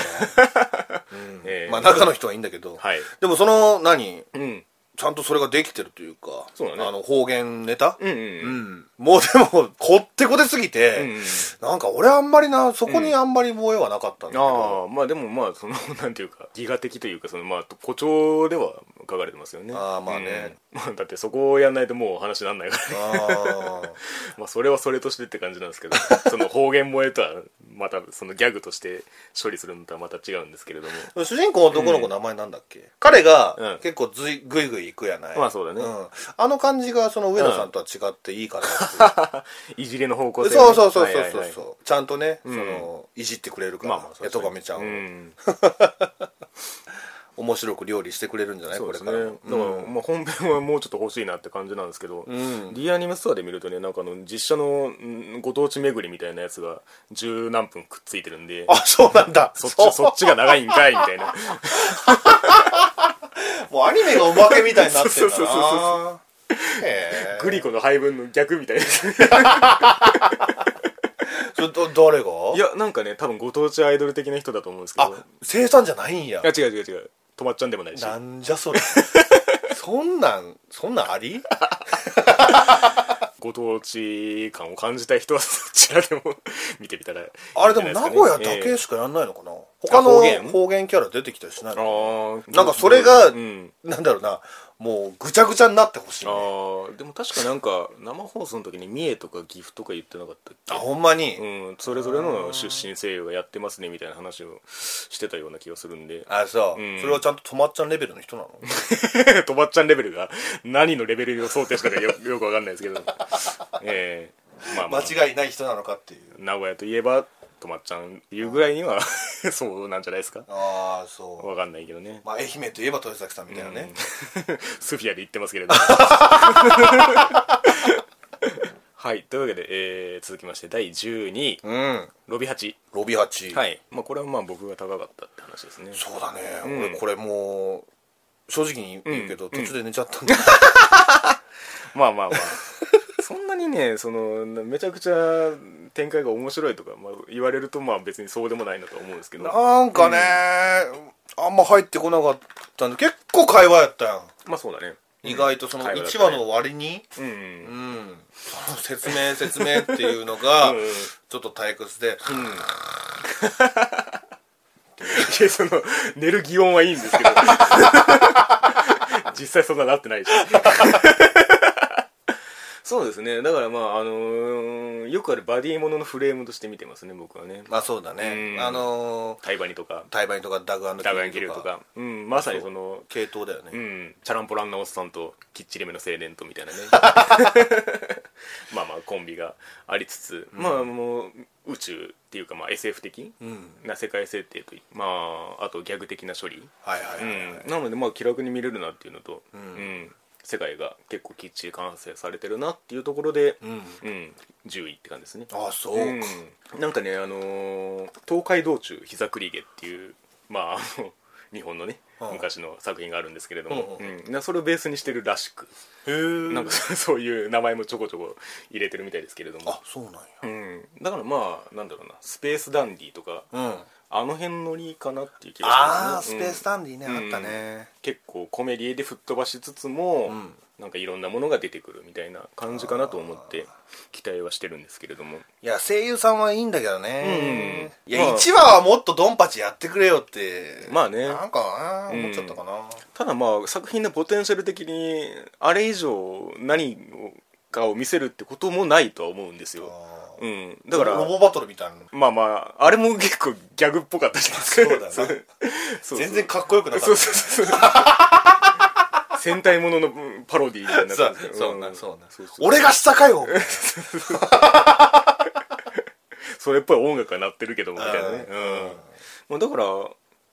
[SPEAKER 2] ら、
[SPEAKER 1] えー
[SPEAKER 2] まあ、中の人はいいんだけど、
[SPEAKER 1] はい
[SPEAKER 2] でもその何
[SPEAKER 1] うん
[SPEAKER 2] ちゃんとそれができてるというか
[SPEAKER 1] そうだね
[SPEAKER 2] あの方言ネタ、
[SPEAKER 1] うんうんうん
[SPEAKER 2] もうでもこってこてすぎて、
[SPEAKER 1] うんうん
[SPEAKER 2] なんか俺あんまりなそこにあんまり覚えはなかったんだけど、
[SPEAKER 1] ああまあでもまあその [laughs] なんていうかギガ的というかそのまあ誇張では書かれてますよね
[SPEAKER 2] あーまあね、
[SPEAKER 1] うんまあだってそこをやんないともう話になんないから
[SPEAKER 2] あー
[SPEAKER 1] まあそれはそれとしてって感じなんです [laughs] けどその方言萌えとはまたそのギャグとして処理するのとはまた違うんですけれども [laughs]
[SPEAKER 2] 主人公の男の子の名前なんだっけ、彼が
[SPEAKER 1] うん
[SPEAKER 2] 結構ずいぐいぐい行くやない
[SPEAKER 1] まあそうだね
[SPEAKER 2] んあの感じがその上野さんとは違っていいかなって
[SPEAKER 1] いじりの方
[SPEAKER 2] い
[SPEAKER 1] 向
[SPEAKER 2] う
[SPEAKER 1] 性
[SPEAKER 2] そうそうそうそうそ
[SPEAKER 1] は
[SPEAKER 2] う、
[SPEAKER 1] いはいはい
[SPEAKER 2] ちゃんとね、
[SPEAKER 1] ん
[SPEAKER 2] そのいじってくれるか
[SPEAKER 1] ま
[SPEAKER 2] ら、
[SPEAKER 1] あまあそうですね
[SPEAKER 2] やとがめちゃんを、
[SPEAKER 1] うん
[SPEAKER 2] 面白く料理してくれるんじゃない
[SPEAKER 1] そう
[SPEAKER 2] こ
[SPEAKER 1] です
[SPEAKER 2] れか
[SPEAKER 1] ね
[SPEAKER 2] ら
[SPEAKER 1] だから、
[SPEAKER 2] うん
[SPEAKER 1] まあ、本編はもうちょっと欲しいなって感じなんですけど、
[SPEAKER 2] ん
[SPEAKER 1] リアニメストアで見るとねなんかあの実写のんご当地巡りみたいなやつが十何分くっついてるんで
[SPEAKER 2] あそうなんだ
[SPEAKER 1] そっ
[SPEAKER 2] そう
[SPEAKER 1] ちそっちが長いんかいみた [laughs] いな
[SPEAKER 2] [laughs] もうアニメがおまけみたいになってるんだ
[SPEAKER 1] そうそうそう
[SPEAKER 2] なへえ
[SPEAKER 1] グリコの配分の逆みたいない
[SPEAKER 2] ちょっと誰がい
[SPEAKER 1] やなんかね多分ご当地アイドル的な人だと思うんですけど
[SPEAKER 2] あ生産じゃないんや
[SPEAKER 1] いや違う違う違う止まっちゃんでもないし
[SPEAKER 2] なんじ
[SPEAKER 1] [laughs]
[SPEAKER 2] ゃそれそんなんそんなんあり
[SPEAKER 1] ご当地感を感じたい人はそちらでも [laughs] 見てみたらいいん
[SPEAKER 2] あれで
[SPEAKER 1] じ
[SPEAKER 2] も
[SPEAKER 1] ゃな
[SPEAKER 2] 名
[SPEAKER 1] い
[SPEAKER 2] 古屋
[SPEAKER 1] すかね
[SPEAKER 2] だ
[SPEAKER 1] え
[SPEAKER 2] け
[SPEAKER 1] え
[SPEAKER 2] しかやんないのかな他の
[SPEAKER 1] あ方言
[SPEAKER 2] 方言キャラ出てきたりしないの
[SPEAKER 1] あー
[SPEAKER 2] なんかそれが
[SPEAKER 1] うん
[SPEAKER 2] なんだろうなもうぐちゃぐちゃになってほしい
[SPEAKER 1] あ
[SPEAKER 2] ね
[SPEAKER 1] ーでも確かなんか生放送の時に三重とか岐阜とか言ってなかったっ
[SPEAKER 2] あ
[SPEAKER 1] け
[SPEAKER 2] ほんまに、
[SPEAKER 1] うん、それぞれの出身声優がやってますねみたいな話をしてたような気がするんで [laughs]
[SPEAKER 2] あそう、
[SPEAKER 1] うん
[SPEAKER 2] それはちゃんととまっちゃんレベルの人なの
[SPEAKER 1] とばっちゃんレベルが何のレベルを想定したかよ [laughs] よくわかんないですけどええまあまあ
[SPEAKER 2] 間違いない人なのかっていう
[SPEAKER 1] 名古屋といえばとまっちゃんっていうぐらいには [laughs] そうなんじゃないですか
[SPEAKER 2] ああそう、
[SPEAKER 1] わかんないけどね
[SPEAKER 2] まあ、愛媛といえば豊崎さんみたいなね、
[SPEAKER 1] [laughs] スフィアで言ってますけれどもはいというわけで、えー続きまして第12位
[SPEAKER 2] うん
[SPEAKER 1] ロビ8
[SPEAKER 2] ロビ八
[SPEAKER 1] はい、まあ、これはまあ僕が高かったって話ですね
[SPEAKER 2] そうだね、
[SPEAKER 1] ん
[SPEAKER 2] 俺これもう正直に言うけど、途中で寝ちゃったんだ、
[SPEAKER 1] まあまあまあ [laughs] そんなにねそのめちゃくちゃ展開が面白いとか、まあ、言われるとまあ別にそうでもないなとは思うんですけど
[SPEAKER 2] なんかね、あんま入ってこなかったんで結構会話やったやん、
[SPEAKER 1] まあそうだね
[SPEAKER 2] 意外とその
[SPEAKER 1] 会話だった
[SPEAKER 2] 1
[SPEAKER 1] ね
[SPEAKER 2] 話の割に、
[SPEAKER 1] うん、
[SPEAKER 2] うんその説明説明っていうのが、
[SPEAKER 1] [laughs] うん
[SPEAKER 2] ちょっと退屈で、
[SPEAKER 1] いやその寝る擬音はいいんですけど [laughs] 実際そんななってないしそうですねだからまああのーよくあるバディもののフレームとして見てますね僕はね
[SPEAKER 2] まあそうだね、
[SPEAKER 1] うん
[SPEAKER 2] あのー
[SPEAKER 1] タイバニとか
[SPEAKER 2] タイバニとかダグアンド
[SPEAKER 1] ダガンキリュウとか、うん、まさにその
[SPEAKER 2] 系統だよね、
[SPEAKER 1] うん、チャランポランなおっさんときっちりめの青年とみた [laughs] いなねまあまあコンビがありつつ、まあもう宇宙っていうかまあ SF 的な世界設定といまああとギャグ的な処理、
[SPEAKER 2] はいはいは
[SPEAKER 1] う
[SPEAKER 2] い、
[SPEAKER 1] ん、なのでまあ気楽に見れるなっていうのと、うん世界が結構きっちり完成されてるなっていうところで、うん10位って感じですね
[SPEAKER 2] ああそうか、
[SPEAKER 1] うんなんかね、あのー東海道中膝栗毛っていう、まあ、あの [laughs] 日本のね、
[SPEAKER 2] うん
[SPEAKER 1] 昔の作品があるんですけれども、
[SPEAKER 2] う
[SPEAKER 1] うんんなそれをベースにしてるらしく、
[SPEAKER 2] へえ
[SPEAKER 1] なんか [laughs] そういう名前もちょこちょこ入れてるみたいですけれども
[SPEAKER 2] あ、そうなんや
[SPEAKER 1] うん、だからまあなんだろうなスペースダンディとか
[SPEAKER 2] うん
[SPEAKER 1] あの辺のりかなっていう気がし
[SPEAKER 2] ああ
[SPEAKER 1] ます
[SPEAKER 2] ス
[SPEAKER 1] ね
[SPEAKER 2] ペース
[SPEAKER 1] うん
[SPEAKER 2] ダンディね、あったね
[SPEAKER 1] 結構コメディで吹っ飛ばしつつも、
[SPEAKER 2] ん
[SPEAKER 1] なんかいろんなものが出てくるみたいな感じかなと思って期待はしてるんですけれども
[SPEAKER 2] いや声優さんはいいんだけどね、
[SPEAKER 1] うん
[SPEAKER 2] いや、
[SPEAKER 1] まあ
[SPEAKER 2] 1話はもっとドンパチやってくれよって
[SPEAKER 1] まあね
[SPEAKER 2] なんかな思っちゃったかな、
[SPEAKER 1] ただまあ作品のポテンシャル的にあれ以上何かを見せるってこともないとは思うんですよ、
[SPEAKER 2] あ
[SPEAKER 1] うん、
[SPEAKER 2] ー
[SPEAKER 1] だから
[SPEAKER 2] ロボバトルみたいな
[SPEAKER 1] まあまああれも結構ギャグっぽかったじゃないですか
[SPEAKER 2] そうだな
[SPEAKER 1] そうそう
[SPEAKER 2] [laughs] 全然かっこよくなかった
[SPEAKER 1] そうそうそう [laughs] そう戦隊もののうんパロディみたいな
[SPEAKER 2] そう
[SPEAKER 1] 感じで
[SPEAKER 2] そうんなそうな
[SPEAKER 1] そうそう
[SPEAKER 2] 俺がしたかよ
[SPEAKER 1] それっぽい音楽が鳴ってるけどもみたいなね
[SPEAKER 2] う
[SPEAKER 1] うんん、まあ、だから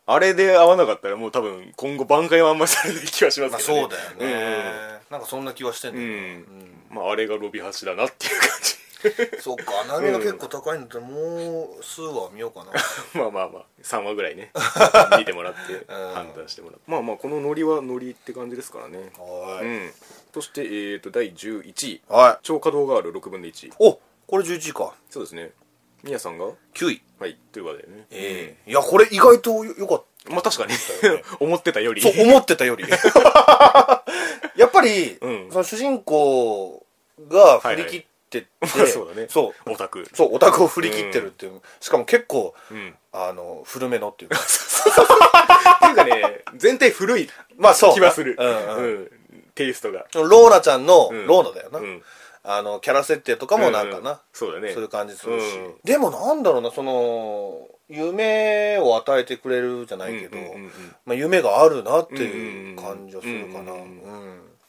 [SPEAKER 1] あれで合わなかったらもう多分今後挽回はあんまりされる気はしま
[SPEAKER 2] まあ
[SPEAKER 1] すけど、ね
[SPEAKER 2] そうだよね、なんかそんな気はしてんだ
[SPEAKER 1] うん、
[SPEAKER 2] よね、
[SPEAKER 1] まああれがロビハシだなっていう感じ [laughs]
[SPEAKER 2] そっかアナメが結構高いんだったらもう数話見ようかな
[SPEAKER 1] まあまあまあ3話ぐら
[SPEAKER 2] [laughs]
[SPEAKER 1] いね見てもらって判断してもらうまあまあこのノリはノリって感じですからね
[SPEAKER 2] は
[SPEAKER 1] う
[SPEAKER 2] い、
[SPEAKER 1] んそしてえーと第11位
[SPEAKER 2] はい
[SPEAKER 1] 超稼働ガール6分の1
[SPEAKER 2] おこれ11位か
[SPEAKER 1] そうですねみやさんが
[SPEAKER 2] 9位
[SPEAKER 1] はいということでね
[SPEAKER 2] ええいやこれ意外とよよかった
[SPEAKER 1] まあ確かに [laughs] 思ってたより
[SPEAKER 2] そう思ってたよ
[SPEAKER 1] [laughs]
[SPEAKER 2] りやっぱり、
[SPEAKER 1] うん
[SPEAKER 2] その主人公が振り切ってって、
[SPEAKER 1] はいはい [laughs] そうだね
[SPEAKER 2] そう
[SPEAKER 1] オタク
[SPEAKER 2] そうオタクを振り切ってるっていう、しかも結構
[SPEAKER 1] うん
[SPEAKER 2] あの古めのっていうか
[SPEAKER 1] っていうかね全体古い
[SPEAKER 2] まあそう
[SPEAKER 1] 気はする
[SPEAKER 2] うんうん
[SPEAKER 1] うんテイストが
[SPEAKER 2] ローラちゃんの、
[SPEAKER 1] ん
[SPEAKER 2] ローラだよな、
[SPEAKER 1] うん
[SPEAKER 2] あのキャラ設定とかもなんかな、
[SPEAKER 1] うんそうだね
[SPEAKER 2] そういう感じするし、
[SPEAKER 1] うん
[SPEAKER 2] でもなんだろうなその夢を与えてくれるじゃないけど、
[SPEAKER 1] うんうんうんうん
[SPEAKER 2] まあ、夢があるなっていう感じはするかな、う
[SPEAKER 1] うんん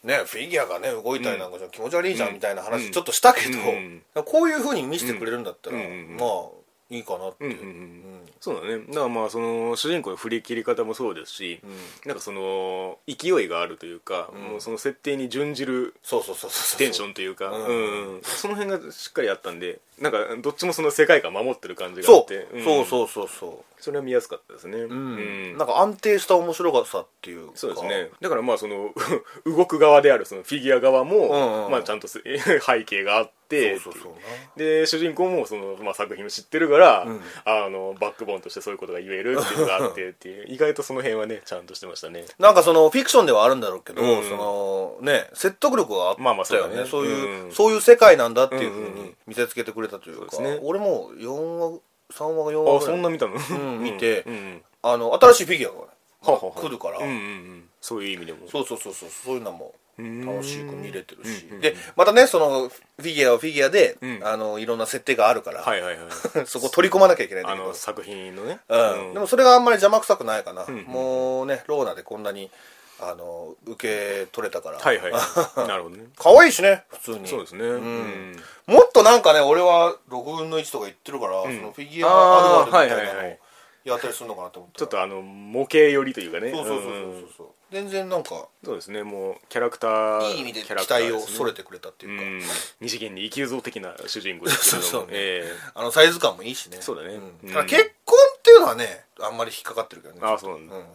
[SPEAKER 2] ね、フィギュアがね動いたりなんかじゃ気持ち悪いじゃんみたいな
[SPEAKER 1] う
[SPEAKER 2] 話
[SPEAKER 1] ん
[SPEAKER 2] ちょっとしたけど、
[SPEAKER 1] うん
[SPEAKER 2] こういうふうに見せてくれるんだったら、
[SPEAKER 1] うんうんうん
[SPEAKER 2] まあいいかなって
[SPEAKER 1] うんうんうんそうだねだからまあその主人公の振り切り方もそうですし、なんかその勢いがあるというか、もうその設定に準じる
[SPEAKER 2] そうそうそうそう
[SPEAKER 1] テンションというか、
[SPEAKER 2] うん
[SPEAKER 1] うんうんその辺がしっかりあったんでなんかどっちもその世界観守ってる感じがあっ
[SPEAKER 2] そ
[SPEAKER 1] て
[SPEAKER 2] う、
[SPEAKER 1] ん
[SPEAKER 2] そうそうそうそ
[SPEAKER 1] それは見やすかったですねう
[SPEAKER 2] う、
[SPEAKER 1] ん
[SPEAKER 2] なんか安定した面白さっていうか
[SPEAKER 1] そうですねだからまあその [laughs] 動く側であるそのフィギュア側も、
[SPEAKER 2] うんうん
[SPEAKER 1] まあ、ちゃんとす [laughs] 背景があって
[SPEAKER 2] そうそうそう
[SPEAKER 1] で主人公もその、まあ、作品を知ってるから、
[SPEAKER 2] ん
[SPEAKER 1] あのバックボーンとしてそういうことが言えるっていうのがあってっていう意外とその辺はねちゃんとしてましたね
[SPEAKER 2] ななんかそのフィクションではあるんだろうけど、
[SPEAKER 1] うん
[SPEAKER 2] そのね説得力があったよね,、
[SPEAKER 1] まあまあそうだね
[SPEAKER 2] そういう、
[SPEAKER 1] うん
[SPEAKER 2] そういう世界なんだっていうふ
[SPEAKER 1] うん
[SPEAKER 2] うに見せつけてくれたというか、
[SPEAKER 1] そうですね
[SPEAKER 2] 俺も4話3話が4
[SPEAKER 1] あ
[SPEAKER 2] 話ぐら
[SPEAKER 1] そ
[SPEAKER 2] い
[SPEAKER 1] んな見たの、
[SPEAKER 2] ん見て
[SPEAKER 1] うんうん
[SPEAKER 2] あの新しいフィギュアがね、
[SPEAKER 1] はあはあはあ
[SPEAKER 2] 来るから、
[SPEAKER 1] うんうんうんそういう意味でも
[SPEAKER 2] そうそうそうそうそういうのも楽しく見れてるし、
[SPEAKER 1] うんうん
[SPEAKER 2] でまたねそのフィギュアはフィギュアで、
[SPEAKER 1] うん
[SPEAKER 2] あのいろんな設定があるから、
[SPEAKER 1] はいはいはい
[SPEAKER 2] [laughs] そこ取り込まなきゃいけないんだ
[SPEAKER 1] あ
[SPEAKER 2] け [laughs] ど
[SPEAKER 1] の作品のね、
[SPEAKER 2] うんでもそれがあんまり邪魔くさくないかな、もうねローナでこんなにあの受け取れたから、
[SPEAKER 1] はいはい
[SPEAKER 2] [laughs]
[SPEAKER 1] なるほどね
[SPEAKER 2] 可愛いしね普通に
[SPEAKER 1] そうですねうん
[SPEAKER 2] もっとなんかね俺は6分の1とか言ってるから、そのフィギュアアルバイトみたい
[SPEAKER 1] あーはいはい
[SPEAKER 2] なの
[SPEAKER 1] は
[SPEAKER 2] を
[SPEAKER 1] い
[SPEAKER 2] やったりするのかなと思った
[SPEAKER 1] ちょっ
[SPEAKER 2] ら
[SPEAKER 1] とあの模型寄りというかね
[SPEAKER 2] そうそうそう
[SPEAKER 1] うん
[SPEAKER 2] そうそう、全然なんか
[SPEAKER 1] そうですねもうキャラクター
[SPEAKER 2] いい意味で
[SPEAKER 1] キ
[SPEAKER 2] 期
[SPEAKER 1] ャラクター
[SPEAKER 2] 待
[SPEAKER 1] で
[SPEAKER 2] を
[SPEAKER 1] すね
[SPEAKER 2] それてくれたっていうか、
[SPEAKER 1] うん二次元に生きるぞ的な主人公ですけども
[SPEAKER 2] そうそうね
[SPEAKER 1] え
[SPEAKER 2] あのサイズ感もいいしね
[SPEAKER 1] そうだね
[SPEAKER 2] ん
[SPEAKER 1] うん
[SPEAKER 2] ただ結婚っていうのはねあんまり引っかかってるけどね
[SPEAKER 1] えああそうなんだ、
[SPEAKER 2] うん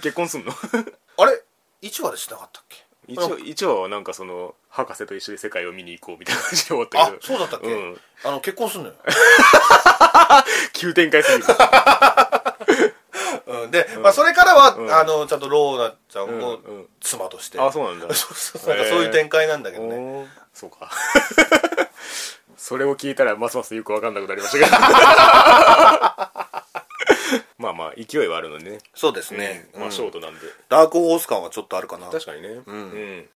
[SPEAKER 1] 結婚すんの
[SPEAKER 2] あれ1話でしなかったっけ
[SPEAKER 1] 一応一応はなんかその博士と一緒に世界を見に行こうみたいな感じで終わった
[SPEAKER 2] あ
[SPEAKER 1] けど
[SPEAKER 2] そうだったっけ、
[SPEAKER 1] うん
[SPEAKER 2] あの結婚すんの
[SPEAKER 1] [laughs]
[SPEAKER 2] よ
[SPEAKER 1] 急展開すぎる
[SPEAKER 2] うん、で、まあ、それからは、
[SPEAKER 1] うん
[SPEAKER 2] あのちゃんとローナちゃんを
[SPEAKER 1] うんうん
[SPEAKER 2] 妻として、
[SPEAKER 1] あそうなんだ
[SPEAKER 2] そう [laughs] そうそうなんかそういう展開なんだけどね、
[SPEAKER 1] おーそうか [laughs] それを聞いたらますますよく分かんなくなりま
[SPEAKER 2] [laughs]
[SPEAKER 1] したけどまあまあ勢いはあるのでね
[SPEAKER 2] そうですね、
[SPEAKER 1] うんま
[SPEAKER 2] う
[SPEAKER 1] あ
[SPEAKER 2] ん
[SPEAKER 1] ショートなんで、
[SPEAKER 2] ダークホース感はちょっとあるかな
[SPEAKER 1] 確かにねうん、